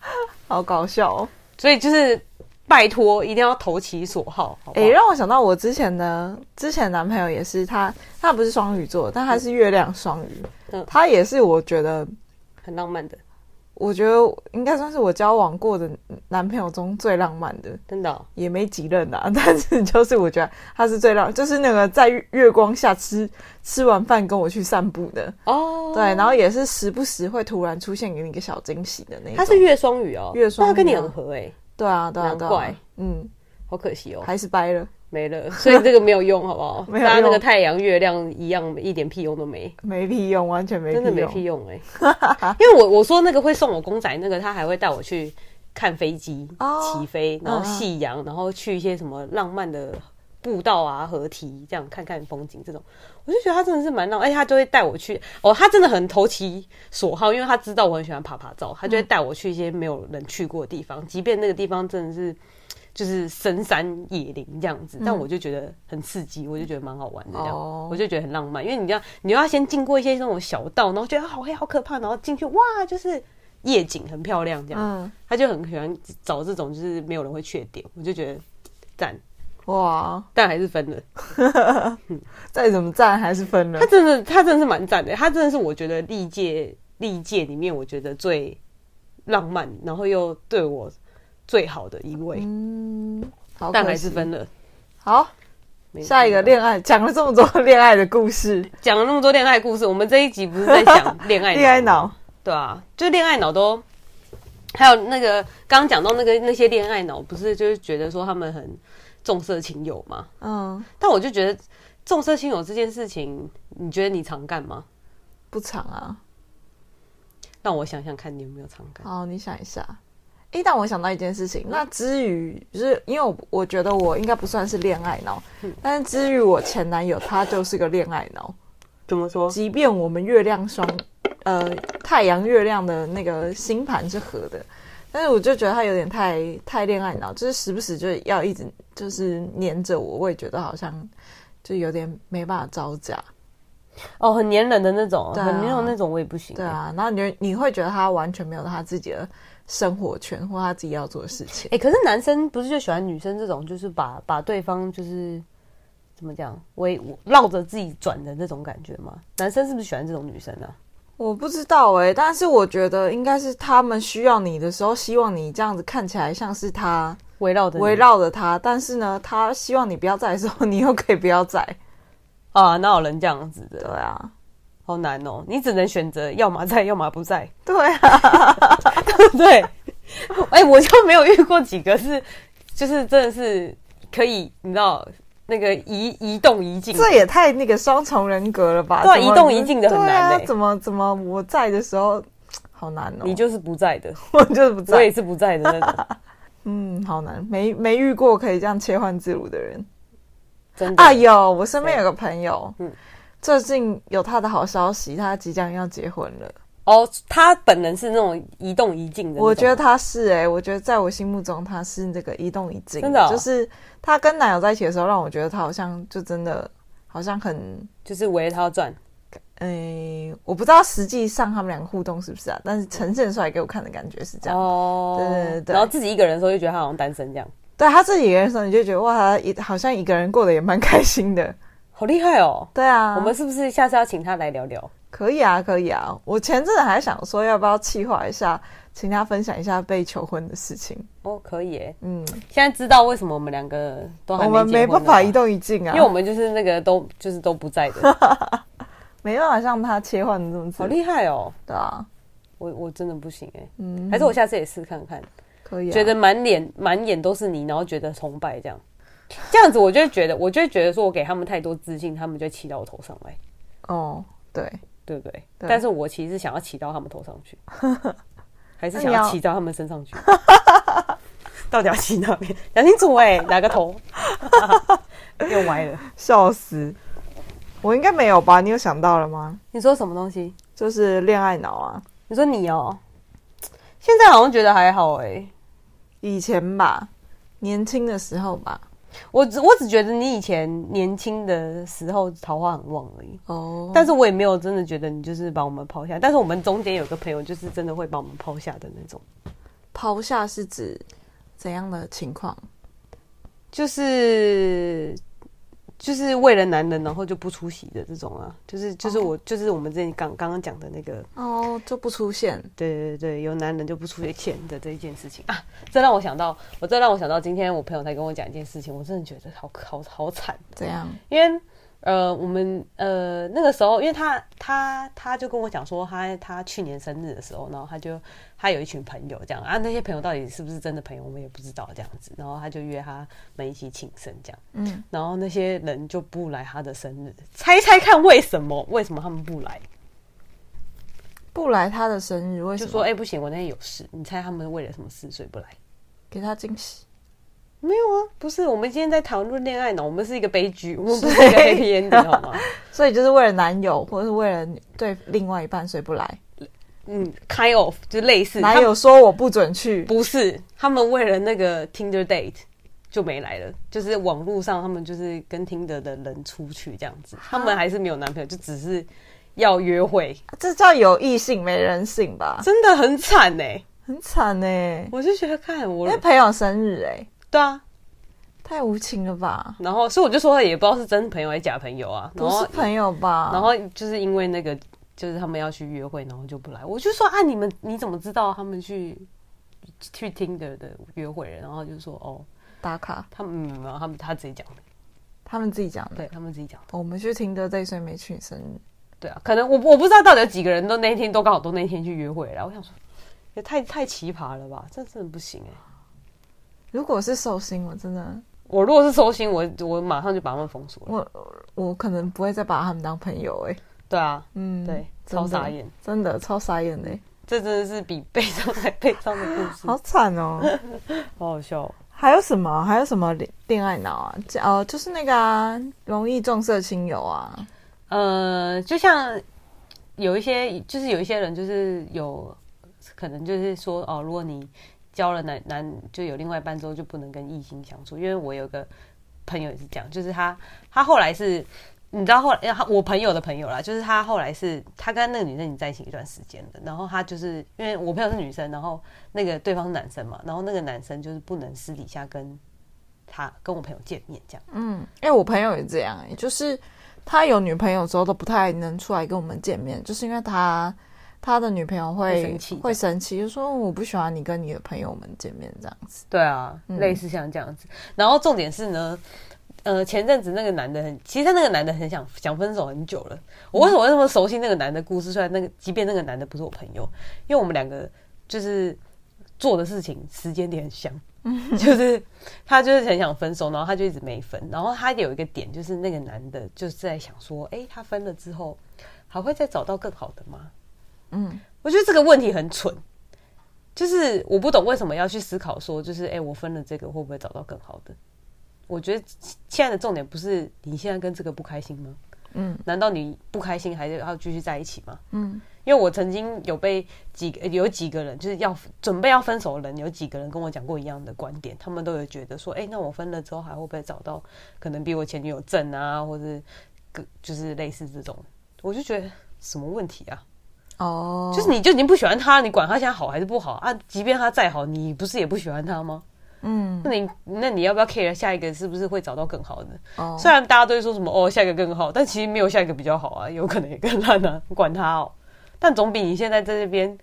好搞笑哦。所以就是拜托，一定要投其所好，好不诶、好？让我想到我之前的之前男朋友也是他，他不是双鱼座，但他是月亮双鱼，嗯他也是我觉得。很浪漫的，我觉得应该算是我交往过的男朋友中最浪漫的，真的哦、也没几任啊， 但是就是我觉得他是最浪，就是那个在月月光下吃吃完饭跟我去散步的，哦。对，然后也是时不时会突然出现给你一个小惊喜的那一种。他是月双鱼哦，月双鱼啊那他跟你很合哎、对啊，对啊，对难啊怪，嗯，好可惜哦，还是掰了，没了，所以这个没有用，好不好？ 没有大家那个用太阳、月亮一样，一点屁用都没。没屁用，完全没真的屁没用。屁 用哎、因为我我说那个会送我公仔，那个他还会带我去看飞机哦起飞，然后嗯嗯夕阳，然后去一些什么浪漫的步道啊、河堤，这样看看风景这种，我就觉得他真的是蛮浪，而且他就会带我去哦，他真的很投其所好，因为他知道我很喜欢爬爬照，他就嗯会带我去一些没有人去过的地方，即便那个地方真的是。就是深山野林这样子，但我就觉得很刺激，我就觉得蛮好玩的这嗯样，哦我就觉得很浪漫，因为你要你要先经过一些那种小道，然后觉得啊好黑好可怕，然后进去哇就是夜景很漂亮这样，嗯，他就很喜欢找这种就是没有人会去的点，我就觉得赞。哇，但还是分嗯了。再怎么赞还是分了他。真的，他真的是蛮赞的，他真的是我觉得历届历届里面我觉得最浪漫，然后又对我最好的一位，嗯，好，但还是。分了。好，没下一个恋爱讲了这么多恋爱的故事，讲了那么多恋爱故事，我们这一集不是在讲恋 爱恋爱脑，对啊，就恋爱脑都，还有那个刚刚讲到那个那些恋爱脑，不是就是觉得说他们很重色轻友嘛？嗯，但我就觉得重色轻友这件事情，你觉得你常干吗？不长啊。让我想想看，你有没有常干？好，你想一下。诶，但我想到一件事情，那至于就是因为我我觉得我应该不算是恋爱脑，但是至于我前男友，他就是个恋爱脑。怎么说？即便我们月亮双，呃，太阳月亮的那个星盘是合的，但是我就觉得他有点太太恋爱脑，就是时不时就要一直就是黏着我，我也觉得好像就有点没办法招架。哦，很黏人的那种，对啊很黏人的那种，我也不行。欸对，啊，然后你就你会觉得他完全没有他自己的生活圈或他自己要做的事情。哎、可是男生不是就喜欢女生这种，就是把把对方就是怎么讲，围绕着自己转的那种感觉吗？男生是不是喜欢这种女生啊？我不知道哎、但是我觉得应该是他们需要你的时候，希望你这样子看起来像是他围绕着你围绕着他，但是呢，他希望你不要在的时候，你 又可以不要在。啊，哪有人这样子对的？啊，好难哦，你只能选择要么在，要么不在， 对啊，对不对？哎、我就没有遇过几个是，就是真的是可以，你知道那个移移动移进，这也太那个双重人格了吧？对啊怎么一动一静的很难欸对啊，怎么怎么我在的时候好难哦、你就是不在的，我就是不我在，也是不在的那 种，嗯，好难，没没遇过可以这样切换自如的人真的。啊。有，我身边有个朋友，嗯最近有他的好消息，他即将要结婚了。哦，他本人是那种移动移进的那种，我觉得他是哎、我觉得在我心目中他是这个一动一静，真的哦就是他跟男友在一起的时候，让我觉得他好像就真的好像很，就是围着他转。哎、我不知道实际上他们两个互动是不是啊，但是呈现出来给我看的感觉是这样。哦对对对然后自己一个人的时候就觉得他好像单身这样，对他自己一个人的时候，你就觉得哇，他一好像一个人过得也蛮开心的。 好厉害哦。对啊，我们是不是下次要请他来聊聊？可以啊，可以啊。我前阵子还想说要不要计划一下，请他分享一下被求婚的事情。哦，可以耶。嗯，现在知道为什么我们两个都还我们结婚没了吧办法一，动一静啊，因为我们就是那个都就是都不在 的，没办法像他切换的这么自好如。厉害哦。对啊，我我真的不行哎，嗯，还是我下次也试看看，可以、啊，觉得满脸满眼都是你，然后觉得崇拜这样。这样子我就会觉得，我就会觉得说我给他们太多自信，他们就会骑到我头上来，哦，对，对不对？对但是我其实想要骑到他们头上 去，还是那想你要要骑到他们身上去？到底要骑哪边？讲清楚 哎、哪个头？又歪了。笑死，我应该没有吧？你有想到了吗？你说什么东西？就是恋爱脑啊，你说你哦、现在好像觉得还好哎、以前吧，年轻的时候吧，我只我只觉得你以前年轻的时候桃花很旺而已，哦，但是我也没有真的觉得你就是把我们抛下。但是我们中间有个朋友就是真的会把我们抛下的那种，抛下是指怎样的情况？就是就是为了男人然后就不出席的这种啊，就是就是我、就是我们之前刚刚刚讲的那个，哦，就不出现，对对对，有男人就不出现的这一件事情啊，这让我想到，我这让我想到今天我朋友才跟我讲一件事情，我真的觉得好好好惨。怎样？因为呃，我们呃那个时候，因为他他他就跟我讲说他，他去年生日的时候，然后他就他有一群朋友这样啊，那些朋友到底是不是真的朋友，我们也不知道这样子。然后他就约他们一起庆生这样，嗯，然后那些人就不来他的生日，猜猜看为什么？为什么他们不来？不来他的生日，为什就么？说哎、不行，我那天有事。你猜他们为了什么事所以不来？给他惊喜，没有啊，不是，我们今天在讨论恋爱呢，我们是一个悲剧，我们不是一个 happy ending 好吗？所以就是为了男友，或者是为了对另外一半，所以不来。嗯，kind of 就类似，他男们友说我不准去，不是，他们为了那个 Tinder date 就没来了，就是网络上他们就是跟 Tinder 的人出去这样子，他们还是没有男朋友，就只是要约会，这叫有异性没人性吧？真的很惨呢、很惨呢、欸我就觉得看我因为，朋友生日哎、对啊，太无情了吧？然后，所以我就说哎也不知道是真朋友还是假朋友啊。不然是后，朋友吧？然后就是因为那个，就是他们要去约会，然后就不来。我就说啊，你们你怎么知道他们去去听的的约会了？然后就说哦，打卡，他们没有没有，他们他自己讲的，他们自己讲的。对他们自己讲的。我们去听的这一岁没去你生日，对啊，可能我我不知道到底有几个人都那一天都刚好都那一天去约会了。然后我想说，也太太奇葩了吧，这真的不行哎、如果是寿星，我真的我如果是收心，我我马上就把他们封锁了。我我可能不会再把他们当朋友哎、对啊，嗯，对，真的超傻眼，真的超傻眼的、欸这真的是比 悲伤还悲伤的故事，好惨 哦、好好笑哦。还有什么？还有什么恋恋爱脑啊？这哦、就是那个啊，容易重色轻友啊。呃，就像有一些，就是有一些人，就是有可能就是说，哦，如果你交了男男，就有另外一半之后，就不能跟异性相处。因为我有个朋友也是这样，就是他他后来是，你知道后来呃他我朋友的朋友啦，就是他后来是他跟那个女生已经在一起一段时间的，然后他就是因为我朋友是女生，然后那个对方是男生嘛，然后那个男生就是不能私底下跟他跟我朋友见面这样。嗯，因为我朋友也这样、也就是他有女朋友之后都不太能出来跟我们见面，就是因为他他的女朋友会会生气会生气，就说我不喜欢你跟你的朋友们见面这样子。对啊，嗯类似像这样子。然后重点是呢，呃，前阵子那个男的很，其实他那个男的很想想分手很久了。我为什么那么熟悉那个男的故事？虽然那个，即便那个男的不是我朋友，因为我们两个就是做的事情时间点很像，就是他就是很想分手，然后他就一直没分。然后他有一个点就是那个男的就是在想说，哎、他分了之后还会再找到更好的吗？嗯，我觉得这个问题很蠢，就是我不懂为什么要去思考说，就是哎、诶我分了这个会不会找到更好的？我觉得现在的重点不是你现在跟这个不开心吗？嗯，难道你不开心还是要继续在一起吗？嗯，因为我曾经有被几个有几个人就是要准备要分手的人，有几个人跟我讲过一样的观点，他们都有觉得说，哎、那我分了之后还会不会找到可能比我前女友正啊，或者更就是类似这种，我就觉得什么问题啊？哦，就是你就已经不喜欢他，你管他现在好还是不好啊？即便他再好，你不是也不喜欢他吗？嗯，那你那你要不要 care 下一个是不是会找到更好的？哦，虽然大家都会说什么哦下一个更好，但其实没有下一个比较好啊，有可能也更烂啊，管他哦。但总比你现在在这边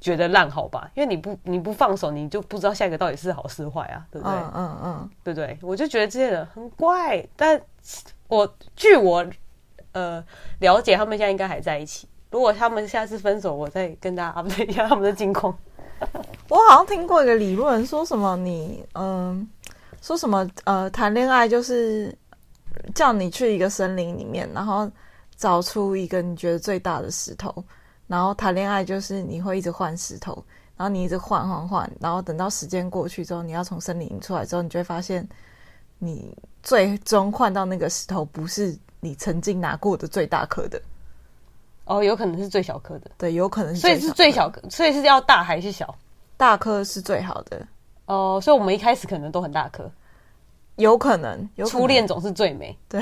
觉得烂好吧？因为你不你不放手，你就不知道下一个到底是好是坏啊，对不对？嗯嗯嗯，对不对？我就觉得这些人很怪，但我据我呃了解，他们现在应该还在一起。如果他们下次分手，我再跟大家 update 一下他们的近况。我好像听过一个理论，说什么你嗯，说什么呃，谈恋爱就是叫你去一个森林里面，然后找出一个你觉得最大的石头，然后谈恋爱就是你会一直换石头，然后你一直换换换，然后等到时间过去之后，你要从森林出来之后，你就会发现你最终换到那个石头不是你曾经拿过的最大颗的，哦，有可能是最小颗的，对，有可能是所以最是小最小颗，所以是要大还是小？大颗是最好的，哦，所以我们一开始可能都很大颗。有可能有可能初恋总是最美，对。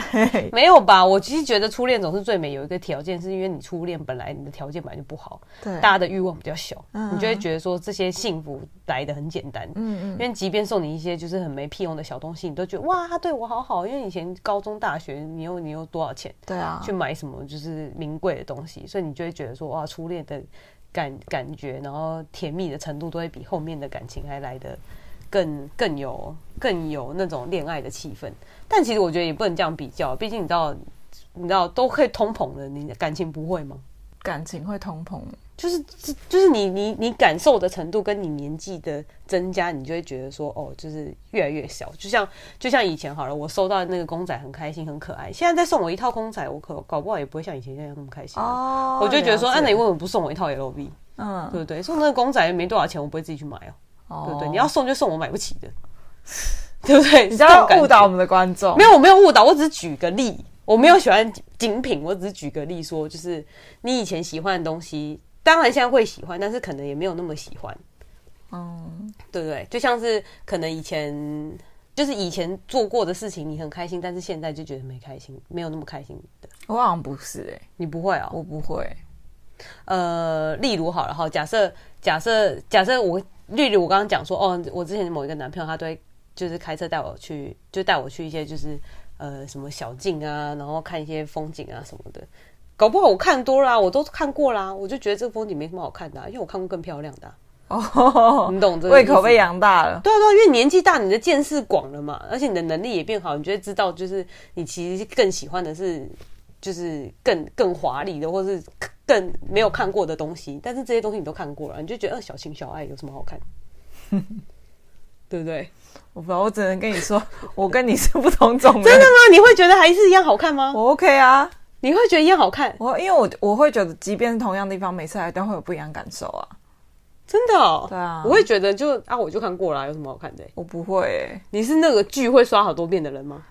没有吧？我其实觉得初恋总是最美，有一个条件是因为你初恋本来你的条件本来就不好，对，大家的欲望比较小，嗯你就会觉得说这些幸福来的很简单。嗯因为即便送你一些就是很没屁用的小东西，你都觉得哇，他对我好好。因为以前高中、大学，你又你又多少钱对啊，去买什么就是名贵的东西，所以你就会觉得说哇，初恋的感感觉，然后甜蜜的程度都会比后面的感情还来的更更有更有那种恋爱的气氛。但其实我觉得也不能这样比较，毕竟你知道你知道都可以通膨的，你的感情不会吗？感情会通膨。就是就就是你你你感受的程度跟你年纪的增加，你就会觉得说哦，就是越来越小。就像就像以前好了，我收到那个公仔很开心很可爱，现在再送我一套公仔，我可搞不好也不会像以前那样那么开心啊、哦我就觉得说，啊，那你为什么不送我一套 L V？对嗯，不对？送那个公仔没多少钱，我不会自己去买哦、哦对不对？你要送就送我买不起的，对不对？你你这样误导我们的观众没。有，我没有误导，我只是举个例，我没有喜欢精品，我只是举个例说，就是你以前喜欢的东西，当然现在会喜欢，但是可能也没有那么喜欢，嗯，对不对？就像是可能以前就是以前做过的事情，你很开心，但是现在就觉得没开心，没有那么开心的，我好像不是哎、你不会哦。我不会。呃，例如好了哈，假设假设假设我，例如我刚刚讲说，哦，我之前某一个男朋友他都会就是开车带我去，就带我去一些就是呃什么小径啊，然后看一些风景啊什么的。搞不好我看多啊啦，我都看过啦，我就觉得这个风景没什么好看的啊、因为我看过更漂亮的啊、哦，你懂这个胃意思口被养大了。对啊，对啊，因为年纪大，你的见识广了嘛，而且你的能力也变好，你就会知道，就是你其实更喜欢的是，就是更更华丽的，或是更没有看过的东西。但是这些东西你都看过了，你就觉得，呃，小情小爱有什么好看？对不啊对？我不知道，我只能跟你说， 我跟你是不同种人。真的吗？你会觉得还是一样好看吗？我 OK 啊，你会觉得一样好看？我因为我我会觉得，即便是同样地方，每次来都会有不一样感受啊。真的、哦？对啊我会觉得就啊，我就看过了啊，有什么好看的？我不会欸、你是那个剧会刷好多遍的人吗？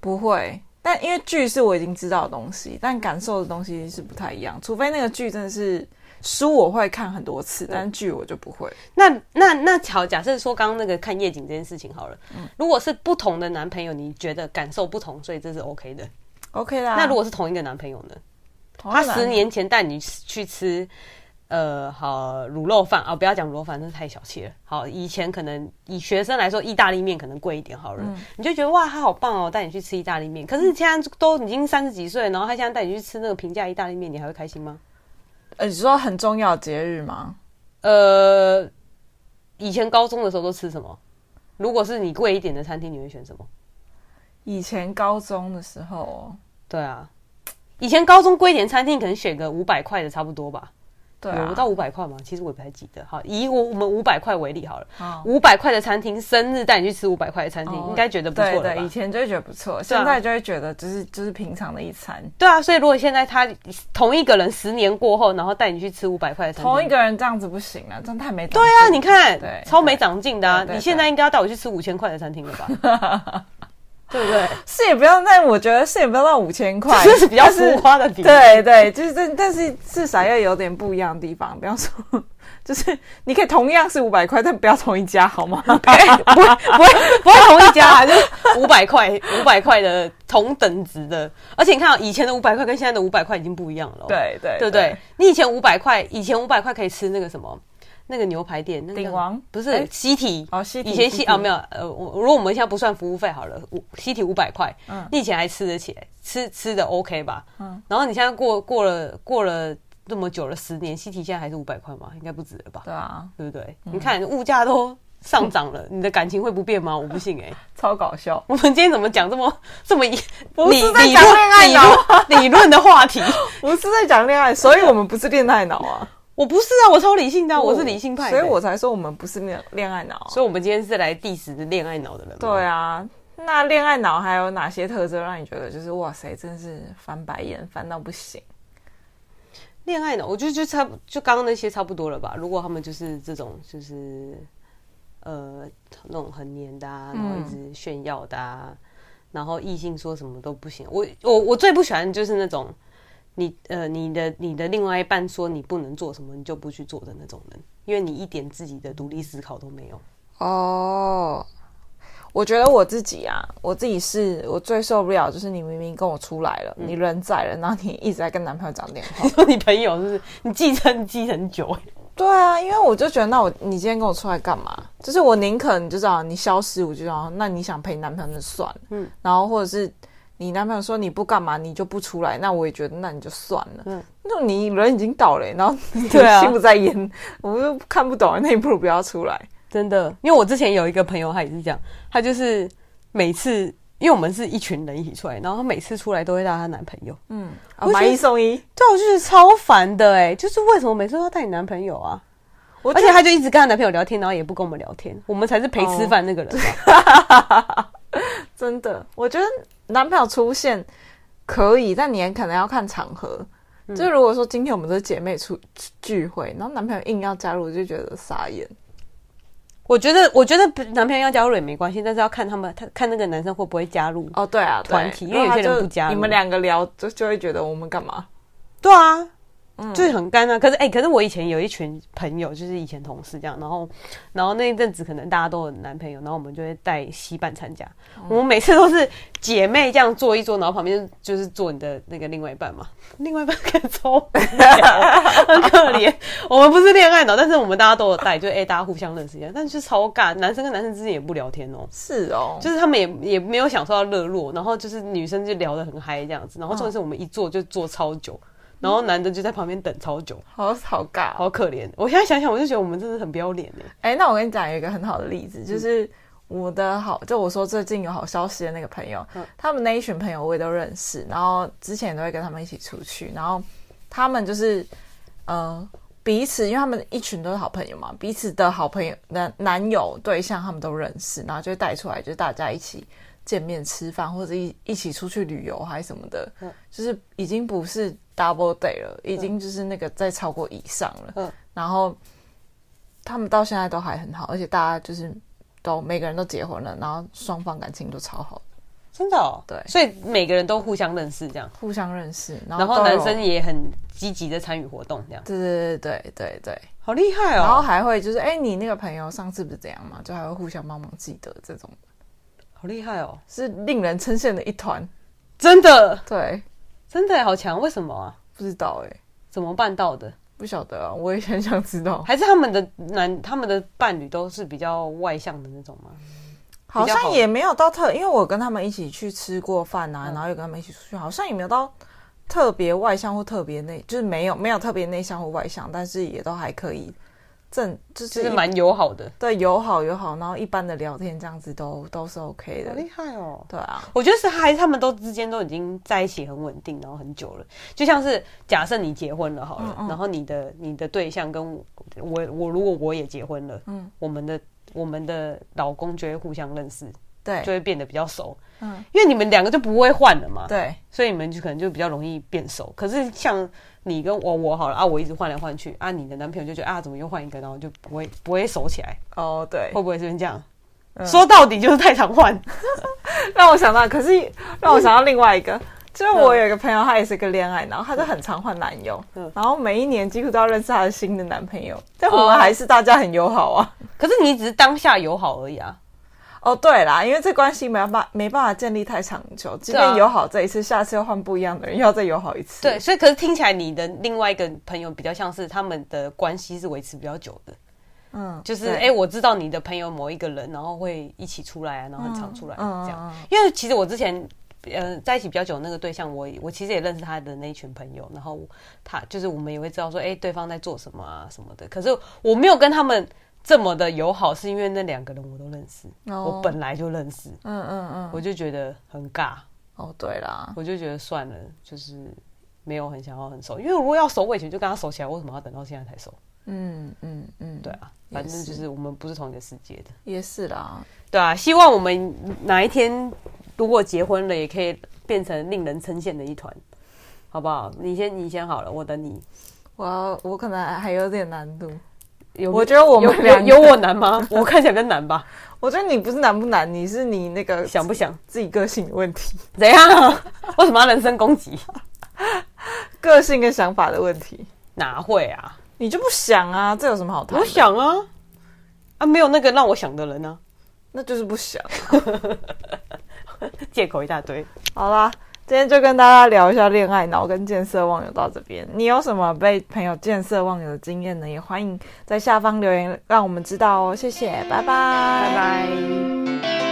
不会。但因为剧是我已经知道的东西，但感受的东西是不太一样。除非那个剧真的是书，我会看很多次，但剧我就不会。那那那好，假设说刚刚那个看夜景这件事情好了，如果是不同的男朋友，你觉得感受不同，所以这是 OK 的。 OK 啦。那如果是同一个男朋友呢？同他样的十年前带你去吃，呃，好卤肉饭啊、不要讲卤肉饭，那太小气了。好，以前可能以学生来说，意大利面可能贵一点好了，你就觉得哇，他好棒哦，带你去吃意大利面。可是现在都已经三十几岁，然后他现在带你去吃那个平价意大利面，你还会开心吗？呃，你说很重要的节日吗？呃，以前高中的时候都吃什么？如果是你贵一点的餐厅，你会选什么？以前高中的时候哦，对啊，以前高中贵一点餐厅，可能选个五百块的差不多吧，对有啊，到五百块吗？其实我也不太记得。好，以我我们五百块为例好了，哦五百块的餐厅，生日带你去吃五百块的餐厅，哦应该觉得不对错了对，以吧？前就会觉得不错，啊现在就会觉得就是就是平常的一餐。对啊，所以如果现在他同一个人十年过后，然后带你去吃五百块的餐厅，同一个人这样子不行啊，这样太没对对啊，你看对，超没长进的啊！对对你现在应该要带我去吃五千块的餐厅了吧？ 对不对？是也不要，但我觉得是也不要到五千块，这是比较但是浮夸的比喻。对对，就是这，但是至少要有点不一样的地方。比方说，就是你可以同样是五百块，但不要同一家，好吗？不会不会不会同一家啊，就是五百块五百块的同等值的，而且你看、啊、以前的五百块跟现在的五百块已经不一样了哦、对对对不对？你以前五百块，以前五百块可以吃那个什么。那个牛排店，那个叫鼎王不哎是西体哦西体以前西西体啊没有呃，我如果我们现在不算服务费好了，五西体五百块，你以前还吃得起来，吃吃的 OK 吧？嗯然后你现在过过了过了这么久了，十年，西体现在还是五百块吗？应该不止了吧？对啊，对不对？你看物价都上涨了，你的感情会不变吗？我不信哎、超搞笑。我们今天怎么讲这么 这么一不是理在理讲论恋爱脑哦理论理论的话题？我是在讲 恋爱，所以我们不是恋爱脑啊。 我不是啊，我超理性的啊、我是理性派的所欸、以我才说我们不是恋恋爱脑啊。所以我们今天是来 diss 恋爱脑的人。对，啊，那恋爱脑还有哪些特征让你觉得就是哇塞，真是翻白眼翻到不行？恋爱脑，我就就差不就刚刚那些差不多了吧？如果他们就是这种就是呃那种很黏的、啊，然后一直炫耀的、啊，然后异性说什么都不行。我我我最不喜欢就是那种你呃你的你的另外一半说你不能做什么，你就不去做的那种人，因为你一点自己的独立思考都没有。 哦，我觉得我自己啊，我自己是我最受不了，就是你明明跟我出来了，你人在了，然后你一直在跟男朋友讲电话。你说你朋友是不是你记恨记很久、欸，对啊，因为我就觉得，那我你今天跟我出来干嘛？就是我宁可你就知道你消失，我就道那你想陪你男朋友就算了，嗯嗯，然后或者是你男朋友说你不干嘛，你就不出来，那我也觉得那你就算了，嗯嗯，那你人已经到了、欸然后你对啊心不在焉，我就看不懂，那你不如不要出来。真的，因为我之前有一个朋友，他也是这样，他就是每次，因为我们是一群人一起出来，然后她每次出来都会带她男朋友，嗯，啊我觉得买一送一，对啊，我就觉得超烦的哎、就是为什么每次都要带你男朋友啊？我而觉且得她就一直跟她男朋友聊天，然后也不跟我们聊天，我们才是陪吃饭那个人吧。真的，我觉得男朋友出现可以，但你也可能要看场合。嗯就如果说今天我们这姐妹出聚会，然后男朋友硬要加入，我就觉得傻眼。我觉得，我觉得男朋友要加入也没关系，但是要看他们，他看那个男生会不会加入。哦，对啊，对团体因为如果有些他人就不加入你们两个聊就就会觉得我们干嘛？对啊，就是很干啊。可是哎、可是我以前有一群朋友，就是以前同事这样，然后然后那一阵子可能大家都有男朋友，然后我们就会带西半参加。我们每次都是姐妹这样坐一坐，然后旁边就是坐你的那个另外一半嘛，另外一半可能超无聊很可怜。 我们不是恋爱脑，但是我们大家都有带，就哎、大家互相认识一下，但是就超尬，男生跟男生之间也不聊天哦、是哦，就是他们也也没有享受到热络，然后就是女生就聊得很嗨这样子，然后重点是我们一坐就坐超久，然后男的就在旁边等超久，好好尬哦、嗯好可怜。我现在想想，我就觉得我们真的很不要脸哎、哎、那我跟你讲有一个很好的例子，嗯就是我的好，就我说最近有好消息的那个朋友，嗯他们那一群朋友我也都认识，然后之前也都会跟他们一起出去，然后他们就是呃彼此，因为他们一群都是好朋友嘛，彼此的好朋友男男友对象他们都认识，然后就会带出来，就是大家一起见面吃饭或者一一起出去旅游还是什么的，嗯就是已经不是 double day 了，已经就是那个再超过以上了，嗯然后。他们到现在都还很好，而且大家就是都每个人都结婚了，然后双方感情都超好，真的、哦。对所以每个人都互相认识这样，互相认识，然后然后都有男生也很积极的参与活动这样，对对对对对对，好厉害然后哦，还会就是哎、你那个朋友上次不是怎样嘛，就还会互相帮忙记得这种，好厉害哦，是令人称羡的一团。真的对，真的好强，为什么啊？不知道哎、怎么办到的？不晓得啊，我也很想知道，还是他们的男他们的伴侣都是比较外向的那种吗？好比较像好也没有到特，因为我跟他们一起去吃过饭啊，嗯然后又跟他们一起出去，好像也没有到特别外向或特别内，就是没有没有特别内向或外向，但是也都还可以正，就是就一是蛮友好的，对友好友好，然后一般的聊天这样子都都是 OK 好的，厉害哦。对啊，我觉得是还是他们都之间都已经在一起很稳定，然后很久了。就像是假设你结婚了好了，嗯嗯然后你的你的对象跟我我我如果我也结婚了，嗯我们的我们的老公就会互相认识，就对，会变得比较熟，嗯，因为你们两个就不会换了嘛，对，所以你们就可能就比较容易变熟。可是像你跟我我好了啊，我一直换来换去啊，你的男朋友就觉得啊，怎么又换一个，然后就不会不会熟起来，哦对，会不会是这样？嗯说到底就是太常换，让我想到，可 是让我想到另外一个。就是我有一个朋友，她也是个恋爱，然后她就很常换男友，嗯然后每一年几乎都要认识她的新的男朋友，但我哦们还是大家很友好啊。可是你只是当下友好而已啊。哦，对啦，因为这关系没办法没办法建立太长啊久，即便友好这一次，下次又换不一样的人，又要再友好一次。对，，所以可是听起来你的另外一个朋友比较像是他们的关系是维持比较久的，嗯，就是对哎、诶我知道你的朋友某一个人，然后会一起出来啊，然后很常出来、嗯这样嗯嗯。因为其实我之前呃在一起比较久的那个对象，我我其实也认识他的那一群朋友，然后他就是我们也会知道说，哎、对方在做什么啊什么的。可是我没有跟他们这么的友好，是因为那两个人我都认识，哦我本来就认识，嗯嗯嗯，我就觉得很尬。哦，对啦，我就觉得算了，就是没有很想要很熟，因为如果要熟，我以前就跟他熟起来，为什么要等到现在才熟？嗯嗯嗯，对，啊，也反正是就是我们不是同一个世界的，也是啦，对啊。希望我们哪一天如果结婚了，也可以变成令人称羡的一团，好不好？你先，你先好了，我等你。我要我可能还有点难度，有我觉得我有们两有个有我难吗？我看起来比较难吧？我觉得你不是难不难，你是你那个想不想？自己个性的问题，怎样啊？为什么要人身攻击？个性跟想法的问题，哪会啊？你就不想啊，这有什么好谈我的？想啊，啊，没有那个让我想的人啊，那就是不想。借口一大堆。好啦，今天就跟大家聊一下恋爱脑跟见色忘友到这边。你有什么被朋友见色忘友的经验呢？也欢迎在下方留言让我们知道哦。谢谢，拜拜，拜拜拜。